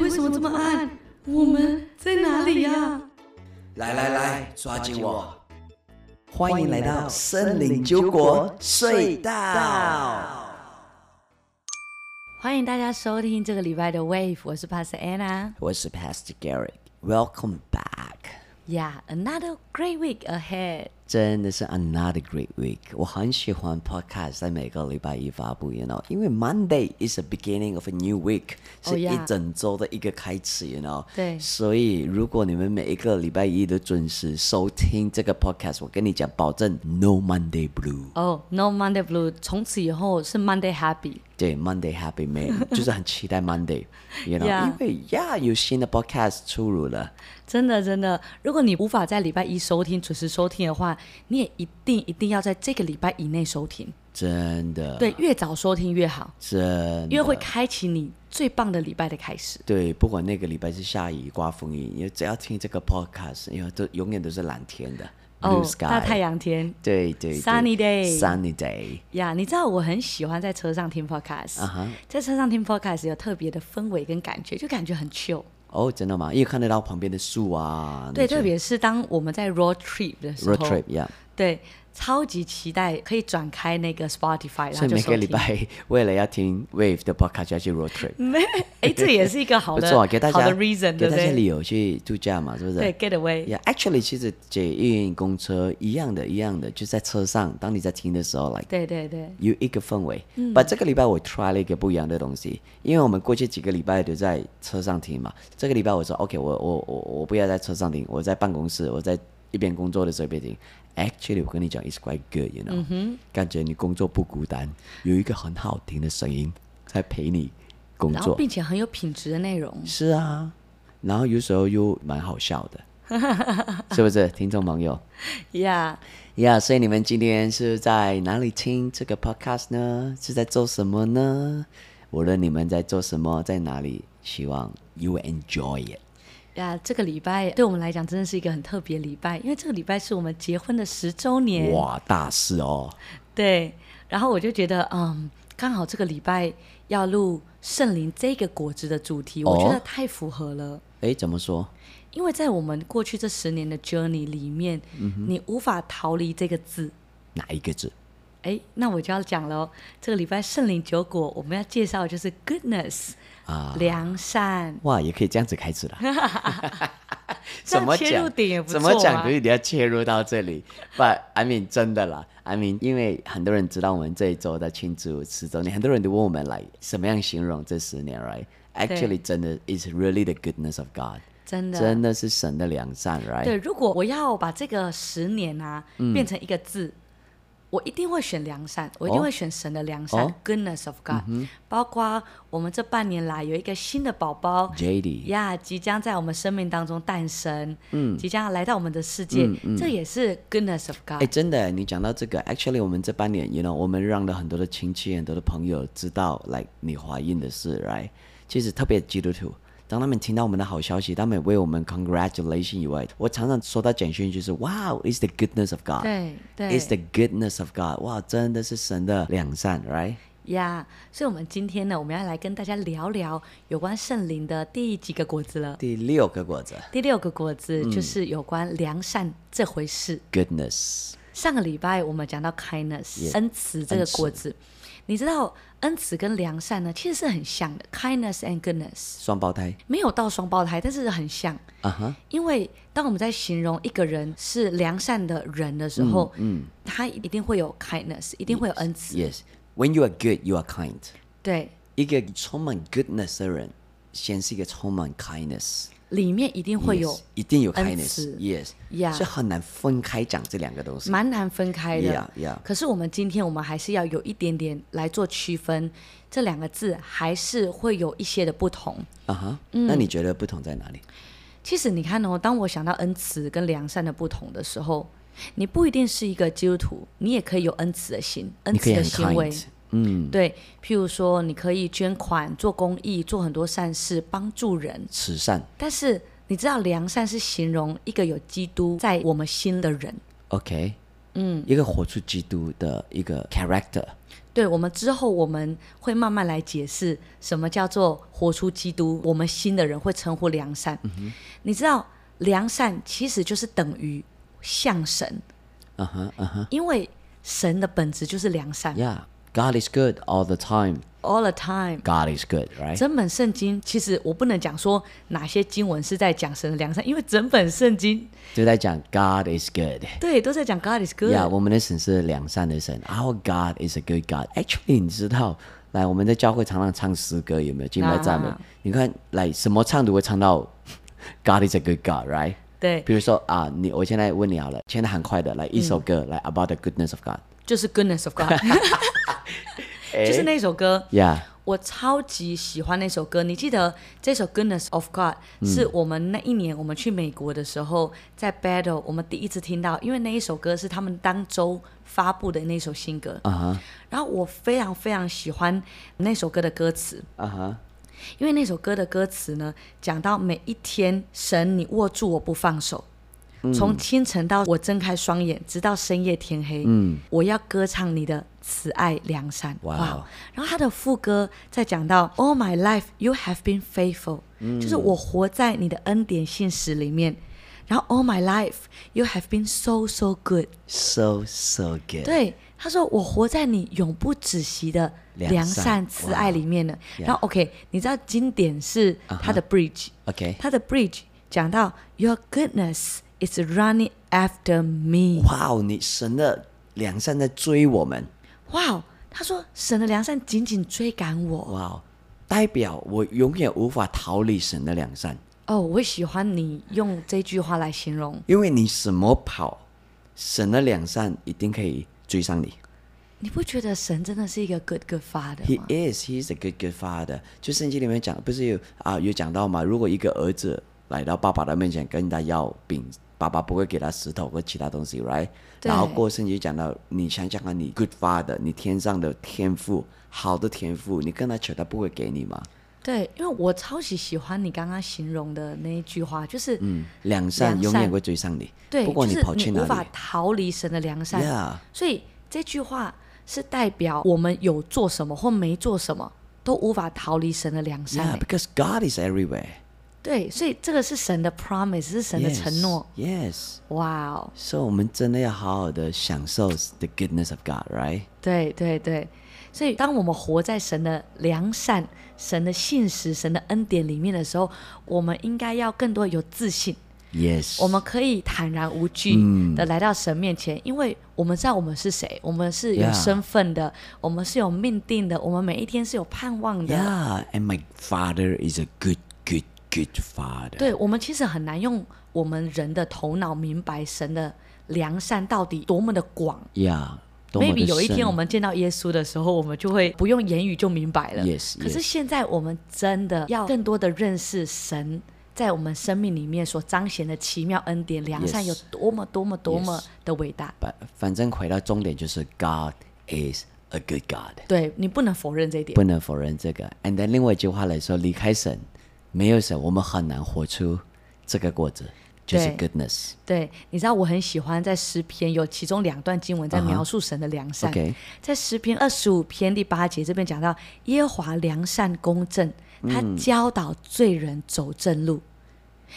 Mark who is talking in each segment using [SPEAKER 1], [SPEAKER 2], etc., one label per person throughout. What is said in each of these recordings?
[SPEAKER 1] 为什么这么暗？我们在哪里呀、
[SPEAKER 2] 来来来，抓紧我！欢迎来到森林酒果隧道。
[SPEAKER 3] 欢迎大家收听这个礼拜的 Wave，我是 Pastor Anna。
[SPEAKER 2] 我是 Pastor Garrick。Welcome back，
[SPEAKER 3] Yeah, another great week ahead。
[SPEAKER 2] 真的是 another great week。我很喜欢 podcast 在每个礼拜一发布，you know，因为 Monday is the beginning of a new week，
[SPEAKER 3] Oh,
[SPEAKER 2] 是一
[SPEAKER 3] yeah.
[SPEAKER 2] 整周的一个开始，you know。
[SPEAKER 3] 对
[SPEAKER 2] 所以如果你们每一个礼拜一都准时收听这个 podcast，我跟你讲，保证 no Monday blue。
[SPEAKER 3] 哦、n o Monday Blue，从此以后是 Monday Happy。
[SPEAKER 2] 对，Monday Happy Man，就是很期待 Monday，you know，
[SPEAKER 3] Yeah
[SPEAKER 2] 因为呀有新的 podcast 出炉了，
[SPEAKER 3] 真的真的，如果你无法在礼拜一收听准时收听的话，你也一定一定要在这个礼拜以内收听。
[SPEAKER 2] 真的，
[SPEAKER 3] 对，，越早收听越好，
[SPEAKER 2] 真的
[SPEAKER 3] 因为会开启你最棒的礼拜的开始。
[SPEAKER 2] 对，不管那个礼拜是下雨、刮风雨，你只要听这个 podcast，因为都永远都是蓝天的
[SPEAKER 3] 哦
[SPEAKER 2] ，blue sky，
[SPEAKER 3] 大太，阳天。
[SPEAKER 2] 对对对
[SPEAKER 3] Sunny day
[SPEAKER 2] ，sunny day，
[SPEAKER 3] 呀你知道我很喜欢在车上听 podcast，、
[SPEAKER 2] 啊哈，
[SPEAKER 3] 在车上听 podcast 有特别的氛围跟感觉，就感觉很 chill。
[SPEAKER 2] 哦，真的吗？因为看得到旁边的树啊，
[SPEAKER 3] 对，
[SPEAKER 2] 那些
[SPEAKER 3] 特别是当我们在 road trip 的时候
[SPEAKER 2] road trip，yeah。
[SPEAKER 3] 对，超级期待可以转开那个 Spotify，然
[SPEAKER 2] 所
[SPEAKER 3] 后
[SPEAKER 2] 以
[SPEAKER 3] 就
[SPEAKER 2] 每
[SPEAKER 3] 收
[SPEAKER 2] 个
[SPEAKER 3] 听
[SPEAKER 2] 礼。拜为了要听 Wave 的 podcast 就要去 road trip，
[SPEAKER 3] 没，哎，这也是一个好
[SPEAKER 2] 不
[SPEAKER 3] 的，
[SPEAKER 2] 错啊，给大
[SPEAKER 3] 好
[SPEAKER 2] 家
[SPEAKER 3] 的 reason，
[SPEAKER 2] 给
[SPEAKER 3] 对不
[SPEAKER 2] 大家理
[SPEAKER 3] 对？
[SPEAKER 2] 由去度假嘛，是不是？
[SPEAKER 3] 对，get away，
[SPEAKER 2] Yeah, actually，其实捷运、公车一样的，一样的，就在车上，当你在听的时候，like
[SPEAKER 3] 对对对，
[SPEAKER 2] 有一个氛围。把、这个礼拜我 try 了一个不一样的东西，因为我们过去几个礼拜都在车上听嘛。这个礼拜我说 OK，我我我我不要在车上听，我在办公室，我在一边工作的时候一边听。Actually，我跟你讲，it's quite good，you know，、感觉你工作不孤单，有一个很好听的声音在陪你工
[SPEAKER 3] 然后
[SPEAKER 2] 作。
[SPEAKER 3] 并且很有品质的内容，
[SPEAKER 2] 是啊，然后有时候又蛮好笑的， 是不是，听众朋友？
[SPEAKER 3] 呀、
[SPEAKER 2] 呀所以你们今天是在哪里听这个 podcast 呢？是在做什么呢？无论你们在做什么，在哪里，希望 you will enjoy it。
[SPEAKER 3] 呀这个礼拜对我们来讲真的是一个很特别的礼拜，因为这个礼拜是我们结婚的十周年，
[SPEAKER 2] 哇，大事哦！
[SPEAKER 3] 对，然后我就觉得，嗯，刚好这个礼拜要录圣灵这个果子的主题，我觉
[SPEAKER 2] 哦
[SPEAKER 3] 得太符合了。
[SPEAKER 2] 诶，怎么说？
[SPEAKER 3] 因为在我们过去这十年的 journey 里面，你无法逃离这个字。
[SPEAKER 2] 哪一个字？
[SPEAKER 3] 哎，那我就要讲喽。这个礼拜圣灵酒果，我们要介绍的就是 goodness
[SPEAKER 2] 啊
[SPEAKER 3] 良善。
[SPEAKER 2] 哇，也可以这样子开始 了。
[SPEAKER 3] 这
[SPEAKER 2] 怎么
[SPEAKER 3] 样切入
[SPEAKER 2] 讲？
[SPEAKER 3] 点也不错
[SPEAKER 2] 怎
[SPEAKER 3] 啊
[SPEAKER 2] 么讲？可是你要切入到这里。不，I mean 真的啦，I mean 因为很多人知道我们这一周在庆祝十周年，很多人都问我们来怎么样形容这十年
[SPEAKER 3] 对
[SPEAKER 2] ，right？Actually，真的 is really the goodness of God，
[SPEAKER 3] 真的
[SPEAKER 2] 真的是神的良善
[SPEAKER 3] 对，
[SPEAKER 2] ，right？
[SPEAKER 3] 如果我要把这个十年啊、变成一个字，我一定会选良善，我一定
[SPEAKER 2] 嗯哦
[SPEAKER 3] 会选神的良善、
[SPEAKER 2] 哦嗯
[SPEAKER 3] goodness of God、包括我们这半年来有一个新的宝宝
[SPEAKER 2] JD
[SPEAKER 3] 呀即将在我们生命当中诞生，嗯，即将要来到我们的世界，
[SPEAKER 2] 嗯
[SPEAKER 3] 这也是 goodness of
[SPEAKER 2] 哎、
[SPEAKER 3] God。
[SPEAKER 2] 真的，你讲到这个，actually，我们这半年，you know，我们让了很多的亲戚、很多的朋友知道，like 你怀孕的事，right？其实特别基督徒，当他们听到我们的好消息，他们也为我们 congratulation 以外，我常常收到简讯就是，Wow, it's the goodness of God。
[SPEAKER 3] 对对
[SPEAKER 2] ，It's the goodness of God。哇，真的是神的良善，right？
[SPEAKER 3] 呀所以我们今天呢，我们要来跟大家聊聊有关圣灵的第几个果子了。
[SPEAKER 2] 第六个果子
[SPEAKER 3] 第六个果子
[SPEAKER 2] 嗯
[SPEAKER 3] 就是有关良善这回事。
[SPEAKER 2] ，goodness。
[SPEAKER 3] 上个礼拜我们讲到 kindness 恩慈这个果子，你知道恩慈跟良善呢其实是很像的，kindness and goodness
[SPEAKER 2] 双胞胎
[SPEAKER 3] 没有到双胞胎，但是很像。
[SPEAKER 2] 啊哈，
[SPEAKER 3] 因为当我们在形容一个人是良善的人的时候，嗯，他一定会有 kindness，一定会有恩慈。
[SPEAKER 2] yes。When you are good, you are kind。
[SPEAKER 3] 对，
[SPEAKER 2] 一个充满 goodness 的人，先是一个充满 kindness。
[SPEAKER 3] 里面一定会有
[SPEAKER 2] Yes，一定有
[SPEAKER 3] 恩
[SPEAKER 2] kindness
[SPEAKER 3] 慈
[SPEAKER 2] yes，
[SPEAKER 3] Yeah 嗯
[SPEAKER 2] 所以很难分开讲这两个东西。
[SPEAKER 3] 蛮难分开的。
[SPEAKER 2] Yeah, yeah.
[SPEAKER 3] 可是我们今天我们还是要有一点点来做区分，这两个字还是会有一些的不同。
[SPEAKER 2] 啊哈，
[SPEAKER 3] 嗯
[SPEAKER 2] 那你觉得不同在哪里？
[SPEAKER 3] 其实你看哦，当我想到恩慈跟良善的不同的时候，你不一定是一个基督徒，你也可以有恩慈的心、恩
[SPEAKER 2] 你可
[SPEAKER 3] 慈
[SPEAKER 2] 以
[SPEAKER 3] 的
[SPEAKER 2] 很
[SPEAKER 3] 行为。
[SPEAKER 2] kind，嗯，
[SPEAKER 3] 对，譬如说，你可以捐款、做公益、做很多善事，帮助人。
[SPEAKER 2] 慈善。
[SPEAKER 3] 但是你知道，良善是形容一个有基督在我们心的人。
[SPEAKER 2] OK，嗯，一个活出基督的一个 character，
[SPEAKER 3] 对我们之后我们会慢慢来解释什么叫做活出基督，我们新的人会称呼良善。
[SPEAKER 2] 嗯
[SPEAKER 3] 你知道，良善其实就是等于像神，
[SPEAKER 2] 嗯哼，嗯哼
[SPEAKER 3] 因为神的本质就是良善。
[SPEAKER 2] ，Yeah，God is good all the time.
[SPEAKER 3] All the time，
[SPEAKER 2] God is good, right?
[SPEAKER 3] 整本圣经其实我不能讲说哪些经文是在讲神的良善，因为整本圣经
[SPEAKER 2] 就在讲 God is good.
[SPEAKER 3] 对都在讲 God is good。
[SPEAKER 2] Yeah，我们的神是良善的神。Our God is a good God. Actually，你知道，来我们在教会常常唱诗歌，有没有敬拜赞美？
[SPEAKER 3] 啊
[SPEAKER 2] 你看，来什么唱都会唱到 God is a good God，right？
[SPEAKER 3] 对
[SPEAKER 2] 比，如说啊，你我现在问你好了，现在很快的，来一首
[SPEAKER 3] 嗯
[SPEAKER 2] 歌，来 About the goodness of God，
[SPEAKER 3] 就是 Goodness of God，就是哎那首歌。
[SPEAKER 2] 哎 Yeah，
[SPEAKER 3] 我超级喜欢那首歌，你记得这首《Goodness of God》是
[SPEAKER 2] 嗯
[SPEAKER 3] 我们那一年我们去美国的时候，在 Battle 我们第一次听到，因为那一首歌是他们当周发布的那首新歌。
[SPEAKER 2] 啊哈，
[SPEAKER 3] 然后我非常非常喜欢那首歌的歌词，
[SPEAKER 2] 啊哈，
[SPEAKER 3] 因为那首歌的歌词呢，讲到每一天，神你握住我不放手，从清晨到我睁开双眼，直到深夜天黑，嗯，我要歌唱你的慈爱良善。
[SPEAKER 2] 哇
[SPEAKER 3] 然后他的副歌再讲到 All my life you have been faithful，、就是我活在你的恩典信实里面。然后 All my life you have been so so good，
[SPEAKER 2] ，so so good。
[SPEAKER 3] 对，他说我活在你永不止息的
[SPEAKER 2] 良
[SPEAKER 3] 良
[SPEAKER 2] 善
[SPEAKER 3] 善慈
[SPEAKER 2] 哇啊
[SPEAKER 3] 爱里面了。然后 OK，你知道经典是他的 bridge，
[SPEAKER 2] OK
[SPEAKER 3] 他的 bridge 讲到 Your goodness is running after me，
[SPEAKER 2] 哇哦，你神的良善在追我们，
[SPEAKER 3] 哇哦，他说神的良善紧紧追赶我。
[SPEAKER 2] 哇哦，代表我永远无法逃离神的良善，
[SPEAKER 3] 哦，我喜欢你用这句话来形容，
[SPEAKER 2] 因为你什么跑，神的良善一定可以追上你。
[SPEAKER 3] 你不觉得神真的是一个 good good father
[SPEAKER 2] He
[SPEAKER 3] 吗？
[SPEAKER 2] is, he is a good good father。就圣经里面讲，不是有啊有讲到嘛？如果一个儿子来到爸爸的面前跟他要饼，爸爸不会给他石头或其他东西，right？
[SPEAKER 3] 对
[SPEAKER 2] 然后过圣经讲到，你想想看，你 good father，你天上的天赋，好的天赋，你跟他求，他不会给你吗？
[SPEAKER 3] 对，因为我超级喜欢你刚刚形容的那一句话，就是
[SPEAKER 2] 嗯，良善
[SPEAKER 3] 良
[SPEAKER 2] 永
[SPEAKER 3] 善
[SPEAKER 2] 远会追上你，
[SPEAKER 3] 对，
[SPEAKER 2] 不管
[SPEAKER 3] 就是
[SPEAKER 2] 跑去
[SPEAKER 3] 你
[SPEAKER 2] 哪
[SPEAKER 3] 无法
[SPEAKER 2] 里。
[SPEAKER 3] 逃离神的良善。
[SPEAKER 2] Yeah，
[SPEAKER 3] 所以这句话是代表我们有做什么或没做什么，都无法逃离神的良善欸、
[SPEAKER 2] yeah, because God is everywhere.
[SPEAKER 3] 对，所以这个是神的 promise，是神的
[SPEAKER 2] Yes,
[SPEAKER 3] 承诺。
[SPEAKER 2] Yes.
[SPEAKER 3] 哇哦，
[SPEAKER 2] 所以我们真的要好好的享受 the goodness of God, right?
[SPEAKER 3] 对对对，所以当我们活在神的良善、神的信实、神的恩典里面的时候，我们应该要更多有自信。
[SPEAKER 2] Yes.
[SPEAKER 3] 我们可以坦然无惧
[SPEAKER 2] 嗯
[SPEAKER 3] 的来到神面前，因为我们知道我们是谁，我们是有
[SPEAKER 2] Yeah
[SPEAKER 3] 身份的我们是有命定的，我们每一天是有盼望的。
[SPEAKER 2] Yeah, and my father is a good, good, good father.
[SPEAKER 3] 对我们其实很难用我们人的头脑明白神的良善到底多么的广。
[SPEAKER 2] Yeah. 多么
[SPEAKER 3] maybe
[SPEAKER 2] 的
[SPEAKER 3] 有一天
[SPEAKER 2] 深
[SPEAKER 3] 我们见到耶稣的时候，我们就会不用言语就明白了。
[SPEAKER 2] Yes,
[SPEAKER 3] 可是
[SPEAKER 2] yes.
[SPEAKER 3] 现在我们真的要更多的认识神在我们生命里面所彰显的奇妙恩典、良善
[SPEAKER 2] Yes.
[SPEAKER 3] 有多么多么多么
[SPEAKER 2] Yes.
[SPEAKER 3] 的伟大。
[SPEAKER 2] 反反正回到重点就是 God is a good God，
[SPEAKER 3] 对你不能否认这一点
[SPEAKER 2] 不。能否认这个。And then 另外一句话来说，离开神，没有神，我们很难活出这个果子，就是
[SPEAKER 3] 对
[SPEAKER 2] goodness。
[SPEAKER 3] 对，你知道我很喜欢在诗篇有其中两段经文在描述神的良善。
[SPEAKER 2] OK
[SPEAKER 3] 在诗篇二十五篇第八节这边讲到，耶和华良善公正，
[SPEAKER 2] 嗯
[SPEAKER 3] 他教导罪人走正路。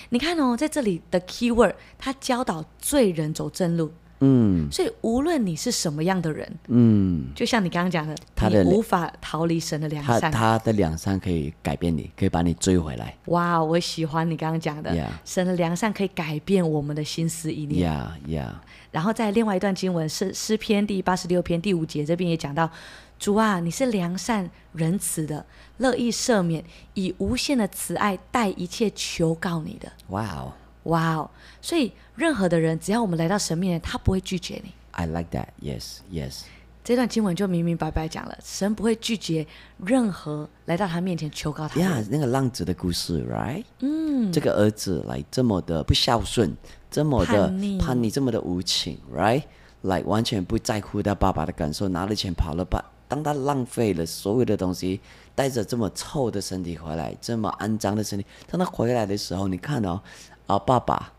[SPEAKER 3] 你看哦，在这里的 key word，他教导罪人走正路。嗯，所以无论你是什么样的人，嗯，就像你刚刚讲的，
[SPEAKER 2] 他的
[SPEAKER 3] 你无法逃离神的良
[SPEAKER 2] 他
[SPEAKER 3] 善。
[SPEAKER 2] 他的良善可以改变你，可以把你追回来。
[SPEAKER 3] 哇，我喜欢你刚刚讲的
[SPEAKER 2] Yeah
[SPEAKER 3] 神的良善可以改变我们的心思意念。
[SPEAKER 2] Yeah, yeah.
[SPEAKER 3] 然后在另外一段经文是诗篇第八十六篇第五节这边也讲到，主啊，你是良善仁慈的，乐意赦免，以无限的慈爱待一切求告你的。
[SPEAKER 2] Wow.
[SPEAKER 3] 哇哦！所以任何的人，只要我们来到神面前，他不会拒绝你。
[SPEAKER 2] I like that. Yes, yes.
[SPEAKER 3] 这段经文就明明白白讲了，神不会拒绝任何来到他面前求告他的人。
[SPEAKER 2] 呀，那个浪子的故事，right？嗯，这个儿子来这么的不孝顺，这么的
[SPEAKER 3] 叛逆
[SPEAKER 2] 叛逆，这么的无情，right？来完全不在乎他爸爸的感受，拿了钱跑了吧。当他浪费了所有的东西，带着这么臭的身体回来，这么肮脏的身体，当他回来的时候，你看哦，啊，爸爸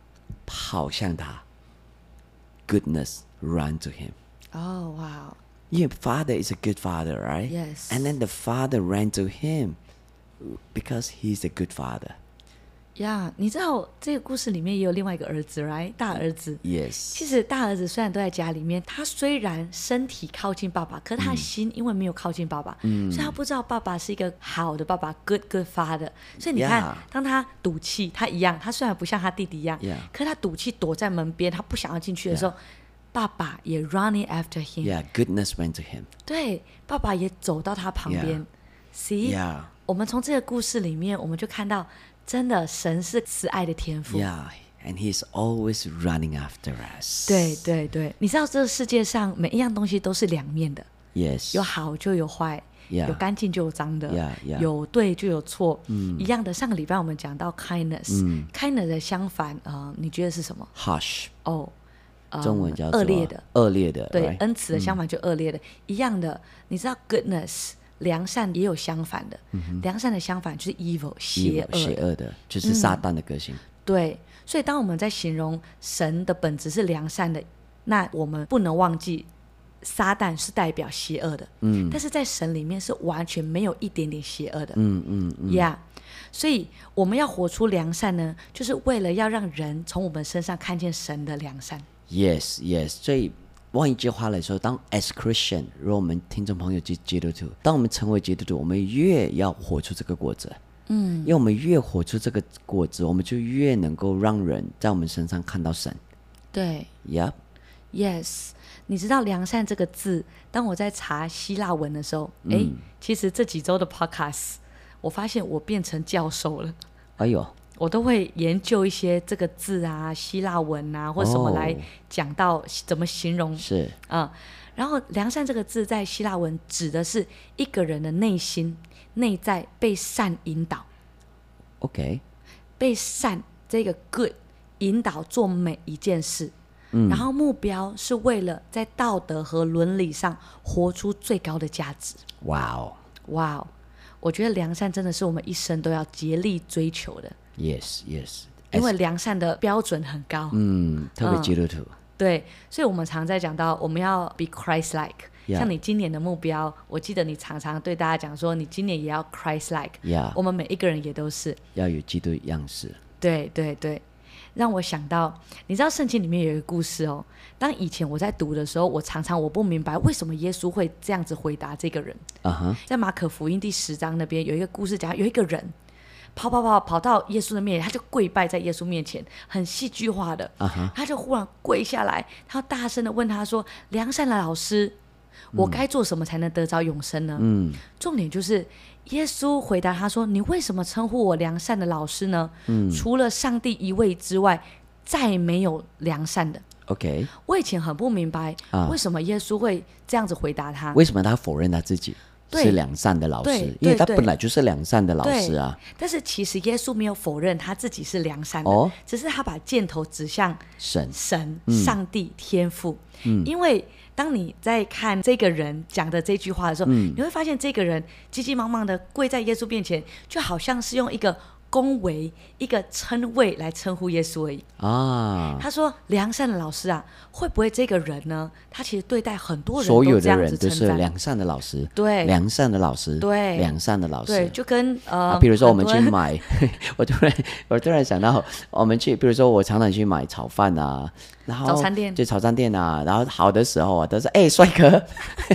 [SPEAKER 2] 跑向他，goodness run to him。
[SPEAKER 3] 哦，哇哦！
[SPEAKER 2] your father is a good father, right?
[SPEAKER 3] Yes.
[SPEAKER 2] And then the father ran to him because he's a good father.
[SPEAKER 3] 呀你知道这个故事里面也有另外一个儿子，right？大儿子。其
[SPEAKER 2] Yes.
[SPEAKER 3] 实大儿子虽然都在家里面，他虽然身体靠近爸爸，可是他的心因为没有靠近爸爸，
[SPEAKER 2] 嗯
[SPEAKER 3] 所以他不知道爸爸是一个好的爸爸，good good father。所以你看
[SPEAKER 2] Yeah
[SPEAKER 3] 当他赌气，他一样，他虽然不像他弟弟一样
[SPEAKER 2] Yeah
[SPEAKER 3] 可是他赌气躲在门边，他不想要进去的时候爸爸也 running after him，、
[SPEAKER 2] Yeah, goodness went to him.
[SPEAKER 3] 对，爸爸也走到他旁边。See，、
[SPEAKER 2] Yeah.
[SPEAKER 3] 我们从这个故事里面，我们就看到，真的神是慈爱的天赋。
[SPEAKER 2] Yeah. And he's always running after us.
[SPEAKER 3] 对对对，你知道这个世界上每一样东西都是两面的，
[SPEAKER 2] Yes.
[SPEAKER 3] 有好就有坏
[SPEAKER 2] Yeah.
[SPEAKER 3] 有干净就有脏的
[SPEAKER 2] Yeah, yeah. 嗯
[SPEAKER 3] 有对就有错。一样的，上个礼拜我们讲到 kindness，kindness、的相反，呃，你觉得是什么？
[SPEAKER 2] Harsh.
[SPEAKER 3] 哦、呃
[SPEAKER 2] 中文叫做
[SPEAKER 3] 恶劣的，
[SPEAKER 2] 恶劣的，
[SPEAKER 3] Um, 对
[SPEAKER 2] right？嗯
[SPEAKER 3] 恩慈的相反就恶劣的。一样的，你知道 goodness 良善也有相反的，良善的相反就是 evil 邪恶
[SPEAKER 2] 嗯邪恶的，就是撒旦的个性。
[SPEAKER 3] 对，所以当我们在形容神的本质是良善的，那我们不能忘记，撒旦是代表邪恶的。嗯，但是在神里面是完全没有一点点邪恶的。嗯嗯嗯，Yeah。所以我们要活出良善呢，就是为了要让人从我们身上看见神的良善。
[SPEAKER 2] Yes, yes。所以换一句话来说，当 as Christian，如果我们听众朋友基基督徒，当我们成为基督徒，我们越要活出这个果子。嗯，因为我们越活出这个果子，我们就越能够让人在我们身上看到神。
[SPEAKER 3] 对
[SPEAKER 2] Yep。
[SPEAKER 3] Yes，你知道“良善”这个字，当我在查希腊文的时候，哎、其实这几周的 Podcast，我发现我变成教授了。
[SPEAKER 2] 哎呦，
[SPEAKER 3] 我都会研究一些这个字啊、希腊文啊或什么
[SPEAKER 2] 哦
[SPEAKER 3] 来讲到怎么形容
[SPEAKER 2] 是
[SPEAKER 3] 啊、然后“良善”这个字在希腊文指的是一个人的内心、内在被善引导，
[SPEAKER 2] OK。
[SPEAKER 3] 被善这个 good 引导做每一件事。然后目标是为了在道德和伦理上活出最高的价值。
[SPEAKER 2] 哇哦
[SPEAKER 3] 哇哦，我觉得良善真的是我们一生都要竭力追求的，
[SPEAKER 2] ，Yes, yes。
[SPEAKER 3] 因为良善的标准很高。
[SPEAKER 2] 嗯，特别基督徒。
[SPEAKER 3] 对，所以我们常在讲到我们要 be Christ-like。
[SPEAKER 2] Yeah.
[SPEAKER 3] 像你今年的目标，我记得你常常对大家讲说，你今年也要 Christ-like。
[SPEAKER 2] Yeah
[SPEAKER 3] 我们每一个人也都是。
[SPEAKER 2] 要有基督样式，
[SPEAKER 3] 对对对，让我想到，你知道圣经里面有一个故事哦。当以前我在读的时候，我常常我不明白为什么耶稣会这样子回答这个人。
[SPEAKER 2] 啊哈，
[SPEAKER 3] 在马可福音第十章那边有一个故事讲，有一个人跑跑跑跑到耶稣的面前，他就跪拜在耶稣面前，很戏剧化的他就忽然跪下来，他大声的问他说：“良善的老师，我该做什么才能得着永生呢？”嗯，重点就是耶稣回答他说：“你为什么称呼我良善的老师呢？除了上帝一位之外，再没有良善的。”
[SPEAKER 2] OK，
[SPEAKER 3] 我以前很不明白
[SPEAKER 2] 啊
[SPEAKER 3] 为什么耶稣会这样子回答他。
[SPEAKER 2] 为什么他否认他自己
[SPEAKER 3] 啊对
[SPEAKER 2] 是良善的老
[SPEAKER 3] 对
[SPEAKER 2] 师？因为他
[SPEAKER 3] 对对
[SPEAKER 2] 本来就是良善的老师啊。
[SPEAKER 3] 但是其实耶稣没有否认他自己是良善的，
[SPEAKER 2] 哦嗯
[SPEAKER 3] 只是他把箭头指向
[SPEAKER 2] 神
[SPEAKER 3] 神、上帝、天赋。
[SPEAKER 2] 嗯
[SPEAKER 3] 因为当你在看这个人讲的这句话的时候，
[SPEAKER 2] 嗯
[SPEAKER 3] 你会发现这个人急急忙忙的跪在耶稣面前，就好像是用一个恭维、一个称谓来称呼耶稣而已。
[SPEAKER 2] 啊，
[SPEAKER 3] 他说：“良善的老师啊，会不会这个人呢？他其实对待很多人
[SPEAKER 2] 所有
[SPEAKER 3] 都这
[SPEAKER 2] 的
[SPEAKER 3] 样
[SPEAKER 2] 人
[SPEAKER 3] 子
[SPEAKER 2] 都
[SPEAKER 3] 称
[SPEAKER 2] 是
[SPEAKER 3] 赞，
[SPEAKER 2] 良善的老师，
[SPEAKER 3] 对
[SPEAKER 2] 良善的老师，
[SPEAKER 3] 对
[SPEAKER 2] 良善的老
[SPEAKER 3] 对，
[SPEAKER 2] 师。
[SPEAKER 3] 就跟呃，
[SPEAKER 2] 啊，比如说我们
[SPEAKER 3] 很多
[SPEAKER 2] 去
[SPEAKER 3] 人
[SPEAKER 2] 买， 我突然我突然想到，我们去，比如说我常常去买炒饭啊，然后
[SPEAKER 3] 早餐店
[SPEAKER 2] 就早餐店啊，然后好的时候啊，都是哎帅哥，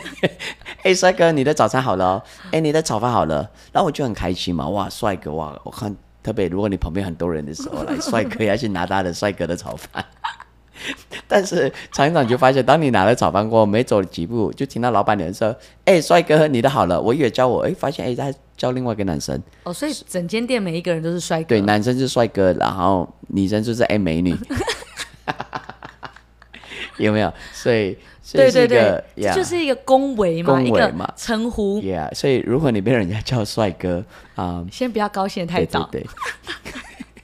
[SPEAKER 2] 哎帅哥，你的早餐好了哦，哎你的炒饭好了，然后我就很开心嘛，哇帅哥哇，我看特别如果你旁边很多人的时候，来 帅哥要去拿他的帅哥的炒饭。但是厂长就发现，当你拿了炒饭锅，没走几步，就听到老板娘说：“哎、帅哥，你的好了。”我以为教我，哎、发现哎、他教另外一个男生，
[SPEAKER 3] 哦，所以整间店每一个人都是帅哥。
[SPEAKER 2] 对，男生是帅哥，然后女生就是哎、美女，有没有？所以，所
[SPEAKER 3] 对
[SPEAKER 2] 以是
[SPEAKER 3] 对
[SPEAKER 2] 一
[SPEAKER 3] 对
[SPEAKER 2] 个，
[SPEAKER 3] 这
[SPEAKER 2] yeah,
[SPEAKER 3] 就是一个恭维嘛，
[SPEAKER 2] 恭维
[SPEAKER 3] 一个
[SPEAKER 2] 嘛
[SPEAKER 3] 称呼。
[SPEAKER 2] yeah。所以，如果你被人家叫帅哥啊、
[SPEAKER 3] 先不要高兴得太
[SPEAKER 2] 对
[SPEAKER 3] 早
[SPEAKER 2] 对，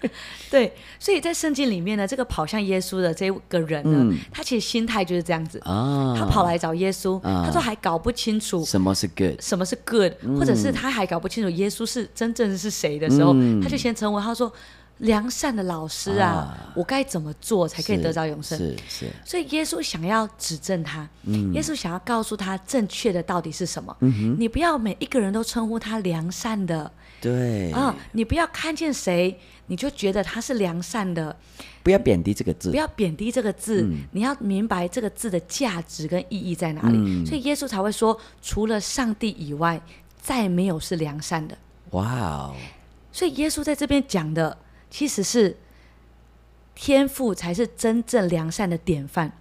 [SPEAKER 2] 对，
[SPEAKER 3] 对所以在圣经里面呢，这个跑向耶稣的这个人呢，他其实心态就是这样子，
[SPEAKER 2] 嗯啊
[SPEAKER 3] 他跑来找耶稣，他说还搞不清楚
[SPEAKER 2] 什么是嗯 good？
[SPEAKER 3] 什么是
[SPEAKER 2] 嗯
[SPEAKER 3] good，、或者是他还搞不清楚耶稣是真正是谁的时候，他就先成为他说良善的老师啊，我该怎么做才可以
[SPEAKER 2] 是
[SPEAKER 3] 得着永生？
[SPEAKER 2] 是是，
[SPEAKER 3] 所以耶稣想要指正他，耶稣想要告诉他正确的到底是什么。你不要每一个人都称呼他良善的
[SPEAKER 2] 对，
[SPEAKER 3] 啊、你不要看见谁你就觉得他是良善的，
[SPEAKER 2] 不要贬低这个字
[SPEAKER 3] 不，要贬低这个字，你要明白这个字的价值跟意义在哪里。所以耶稣才会说，除了上帝以外，再没有是良善的。
[SPEAKER 2] 哇哦，
[SPEAKER 3] 所以耶稣在这边讲的其实是天赋才是真正良善的典范，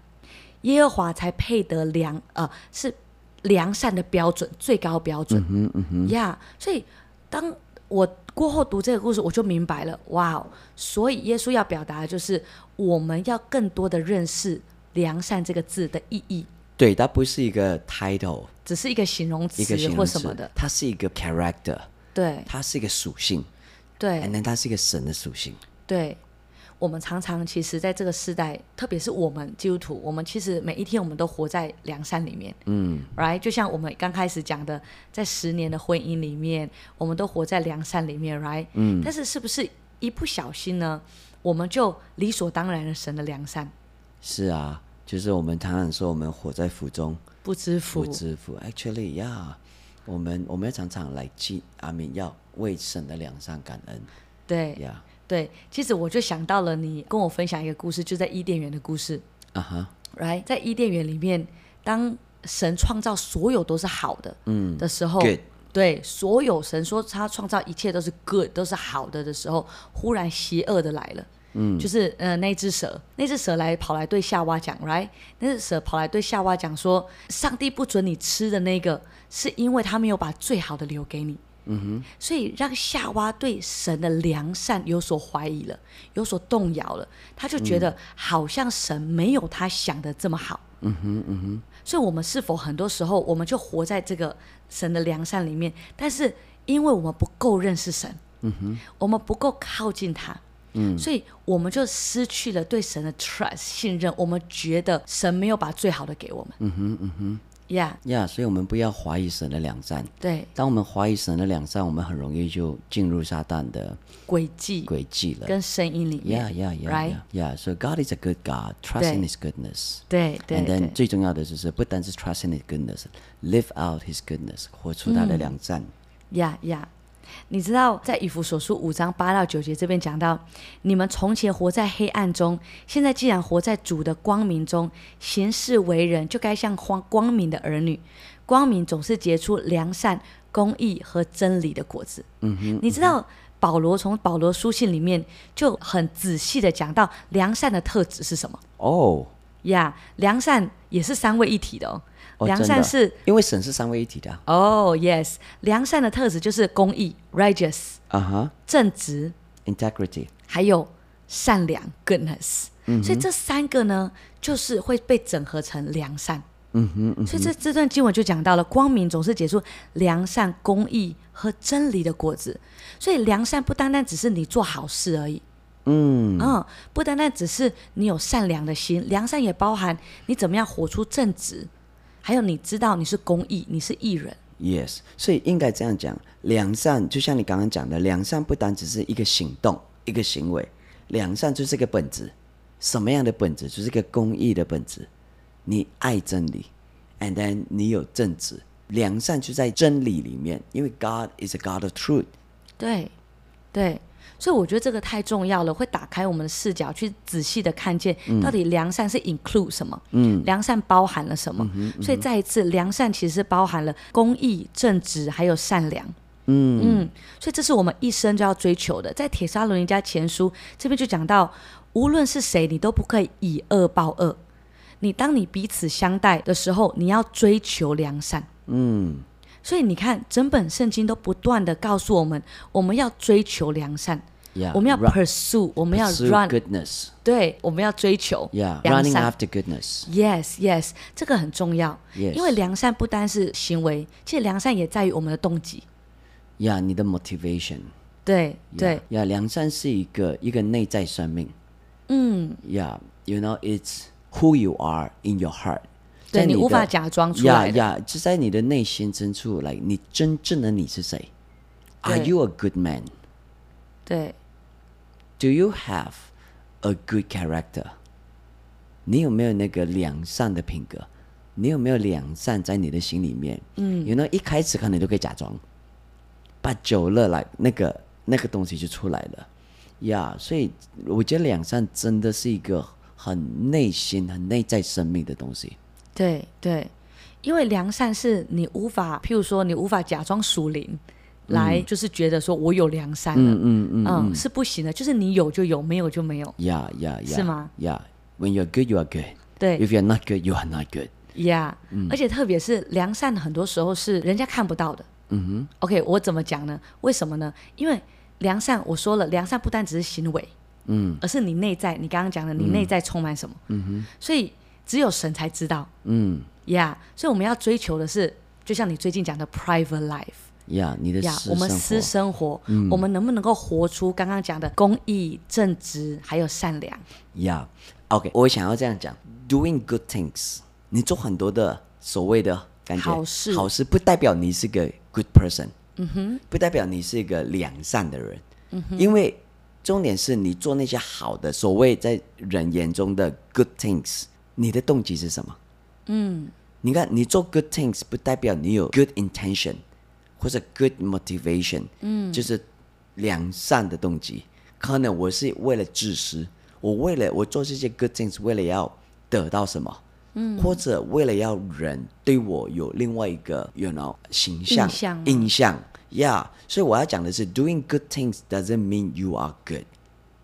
[SPEAKER 3] 耶和华才配得良呃是良善的标准最高标准。嗯嗯呀所以当我过后读这个故事，我就明白了，哇哦！所以耶稣要表达的就是我们要更多的认识“良善”这个字的意义，
[SPEAKER 2] 对，它不是一个 title，
[SPEAKER 3] 只是一个形容词
[SPEAKER 2] 一个形
[SPEAKER 3] 或
[SPEAKER 2] 容
[SPEAKER 3] 什么
[SPEAKER 2] 词
[SPEAKER 3] 的，，
[SPEAKER 2] 它是一个 character，
[SPEAKER 3] 对
[SPEAKER 2] 它是一个属性，
[SPEAKER 3] 对
[SPEAKER 2] 哎，。那它是一个神的属性，
[SPEAKER 3] 对，我们常常其实在这个时代，特别是我们基督徒，我们其实每一天我们都活在良善里面，嗯，right，就像我们刚开始讲的，在十年的婚姻里面，我们都活在良善里面，right，嗯，但是是不是一不小心呢，我们就理所当然的神的良善
[SPEAKER 2] 是啊，就是我们常常说我们活在福中
[SPEAKER 3] 不知
[SPEAKER 2] 不
[SPEAKER 3] 福？
[SPEAKER 2] 知福，actually 呀、我们我们要常常来记阿明，要为神的良善感恩
[SPEAKER 3] 对
[SPEAKER 2] 呀，
[SPEAKER 3] 对，其实我就想到了你跟我分享一个故事，就在伊甸园的故事
[SPEAKER 2] 啊哈，
[SPEAKER 3] ，right，在伊甸园里面，当神创造所有都是好的，嗯的时候
[SPEAKER 2] Good
[SPEAKER 3] 对，所有神说他创造一切都是 good，都是好的的时候，忽然邪恶的来了。嗯，就是呃那只蛇，那只蛇来跑来对夏娃讲，right？那只蛇跑来对夏娃讲说，上帝不准你吃的那个，是因为他没有把最好的留给你。嗯哼，所以让夏娃对神的良善有所怀疑了，有所动摇了，他就觉得好像神没有他想的这么好。所以，我们是否很多时候我们就活在这个神的良善里面？但是，因为我们不够认识神，嗯哼，我们不够靠近他，嗯，所以我们就失去了对神的 trust 信任。我们觉得神没有把最好的给我们，嗯哼，嗯哼，Yeah，
[SPEAKER 2] 呀所以我们不要怀疑神的良善。
[SPEAKER 3] 对，
[SPEAKER 2] 当我们怀疑神的良善，我们很容易就进入撒旦的
[SPEAKER 3] 诡计
[SPEAKER 2] 诡计了。
[SPEAKER 3] 跟声音里面
[SPEAKER 2] Yeah, yeah, yeah,
[SPEAKER 3] right？
[SPEAKER 2] yeah. yeah. So God is a good God. Trust
[SPEAKER 3] 对
[SPEAKER 2] in His goodness.
[SPEAKER 3] 对对
[SPEAKER 2] And
[SPEAKER 3] 对
[SPEAKER 2] then 最重要的就是不单是 trust in His goodness, live out His goodness，活出
[SPEAKER 3] 嗯
[SPEAKER 2] 他的良善。
[SPEAKER 3] 呀呀，你知道在以弗所书五章八到九节这边讲到，你们从前活在黑暗中，现在既然活在主的光明中，行事为人就该像光光明的儿女。光明总是结出良善、公义和真理的果子。嗯哼，你知道保罗从保罗书信里面就很仔细的讲到良善的特质是什么
[SPEAKER 2] 哦，
[SPEAKER 3] 呀良善也是三位一体的哦，
[SPEAKER 2] 哦
[SPEAKER 3] 良
[SPEAKER 2] 真
[SPEAKER 3] 善
[SPEAKER 2] 的
[SPEAKER 3] 是
[SPEAKER 2] 因为神是三位一体的啊
[SPEAKER 3] 哦、y e s 良善的特质就是公义 （righteous）、
[SPEAKER 2] 啊哈
[SPEAKER 3] 正直，
[SPEAKER 2] ，integrity。
[SPEAKER 3] 还有善良 （goodness）。所以这三个呢，就是会被整合成良善。嗯哼，所以这这段经文就讲到了，光明总是结出良善、公义和真理的果子。所以良善不单单只是你做好事而已，
[SPEAKER 2] 嗯，
[SPEAKER 3] 嗯，不单单只是你有善良的心，良善也包含你怎么样活出正直，还有你知道你是公义，你是义人。
[SPEAKER 2] Yes，所以应该这样讲，良善就像你刚刚讲的，良善不单只是一个行动、一个行为，良善就是一个本质。什么样的本质？就是一个公益的本质。你爱真理，and then 你有正直，良善就在真理里面，因为 God is a God of truth。
[SPEAKER 3] 对，对，所以我觉得这个太重要了，会打开我们的视角，去仔细的看见到底良善是 include 什么，嗯，良善包含了什么。所以再一次，良善其实是包含了公益、正直还有善良。嗯，所以这是我们一生就要追求的。在《铁沙罗尼迦前书》这边就讲到，无论是谁，你都不可以以恶报恶。你当你彼此相待的时候，你要追求良善。嗯，所以你看，整本圣经都不断的告诉我们，我们要追求良善
[SPEAKER 2] Yeah，
[SPEAKER 3] 我们要
[SPEAKER 2] run-
[SPEAKER 3] pursue，我们要
[SPEAKER 2] Pursue
[SPEAKER 3] run，
[SPEAKER 2] goodness。
[SPEAKER 3] 对，我们要追求
[SPEAKER 2] Yeah,
[SPEAKER 3] 良
[SPEAKER 2] running
[SPEAKER 3] 善。
[SPEAKER 2] after goodness.
[SPEAKER 3] Yes, yes，这个很重要
[SPEAKER 2] Yes
[SPEAKER 3] 因为良善不单是行为，其实良善也在于我们的动机。
[SPEAKER 2] Yeah，你的 motivation。
[SPEAKER 3] 对对
[SPEAKER 2] Yeah, yeah, 良善是一个一个内在生命。嗯，Yeah, you know it's who you are in your heart 在
[SPEAKER 3] 对
[SPEAKER 2] 的。
[SPEAKER 3] 你无法假装出来的
[SPEAKER 2] Yeah, yeah，就在你的内心深处，来、你真正的你是谁？Are
[SPEAKER 3] 对
[SPEAKER 2] you a good man？
[SPEAKER 3] 对，
[SPEAKER 2] Do you have a good character？你有没有那个良善的品格？你有没有良善在你的心里面？嗯，you know，一开始可能都可以假装，把久了来那个那个东西就出来了，呀、所以我觉得良善真的是一个很内心、很内在生命的东西。
[SPEAKER 3] 对对，因为良善是你无法，譬如说你无法假装属灵。
[SPEAKER 2] 嗯
[SPEAKER 3] 来，就是觉得说我有良善了，嗯嗯是不行的，就是你有就有，没有就没有，
[SPEAKER 2] 呀呀呀！
[SPEAKER 3] 是吗
[SPEAKER 2] 呀、w h e n you're good, you are good.
[SPEAKER 3] 对
[SPEAKER 2] If you're not good, you are not good.
[SPEAKER 3] 呀、yeah,
[SPEAKER 2] 嗯
[SPEAKER 3] 而且特别是良善，很多时候是人家看不到的。嗯哼，OK，我怎么讲呢？为什么呢？因为良善，我说了，良善不单只是行为，嗯，而是你内在，你刚刚讲的，你内在充满什么？嗯哼，所以只有神才知道。
[SPEAKER 2] 嗯，
[SPEAKER 3] 呀、yeah,，所以我们要追求的是，就像你最近讲的 private life。
[SPEAKER 2] 呀、你的
[SPEAKER 3] 呀
[SPEAKER 2] 私
[SPEAKER 3] 我们
[SPEAKER 2] 生
[SPEAKER 3] 私
[SPEAKER 2] 活
[SPEAKER 3] 生
[SPEAKER 2] 嗯
[SPEAKER 3] 活，我们能不能够活出刚刚讲的公益、正直，还有善良？
[SPEAKER 2] Yeah. OK，我想要这样讲，doing good things，你做很多的所谓的感觉
[SPEAKER 3] 好事
[SPEAKER 2] 好事不代表你是个 good person，嗯哼，不代表你是一个良善的人，嗯哼，因为重点是你做那些好的，所谓在人眼中的 good things，你的动机是什么？你看，你做 good things 不代表你有 good intention 或者 good motivation，嗯，就是良善的动机。可能我是为了自私，我为了我做这些 good things 为了要得到什么，嗯，或者为了要人对我有另外一个 you know 形象
[SPEAKER 3] 印象吗
[SPEAKER 2] 印象，yeah。所以我要讲的是，doing good things doesn't mean you are good。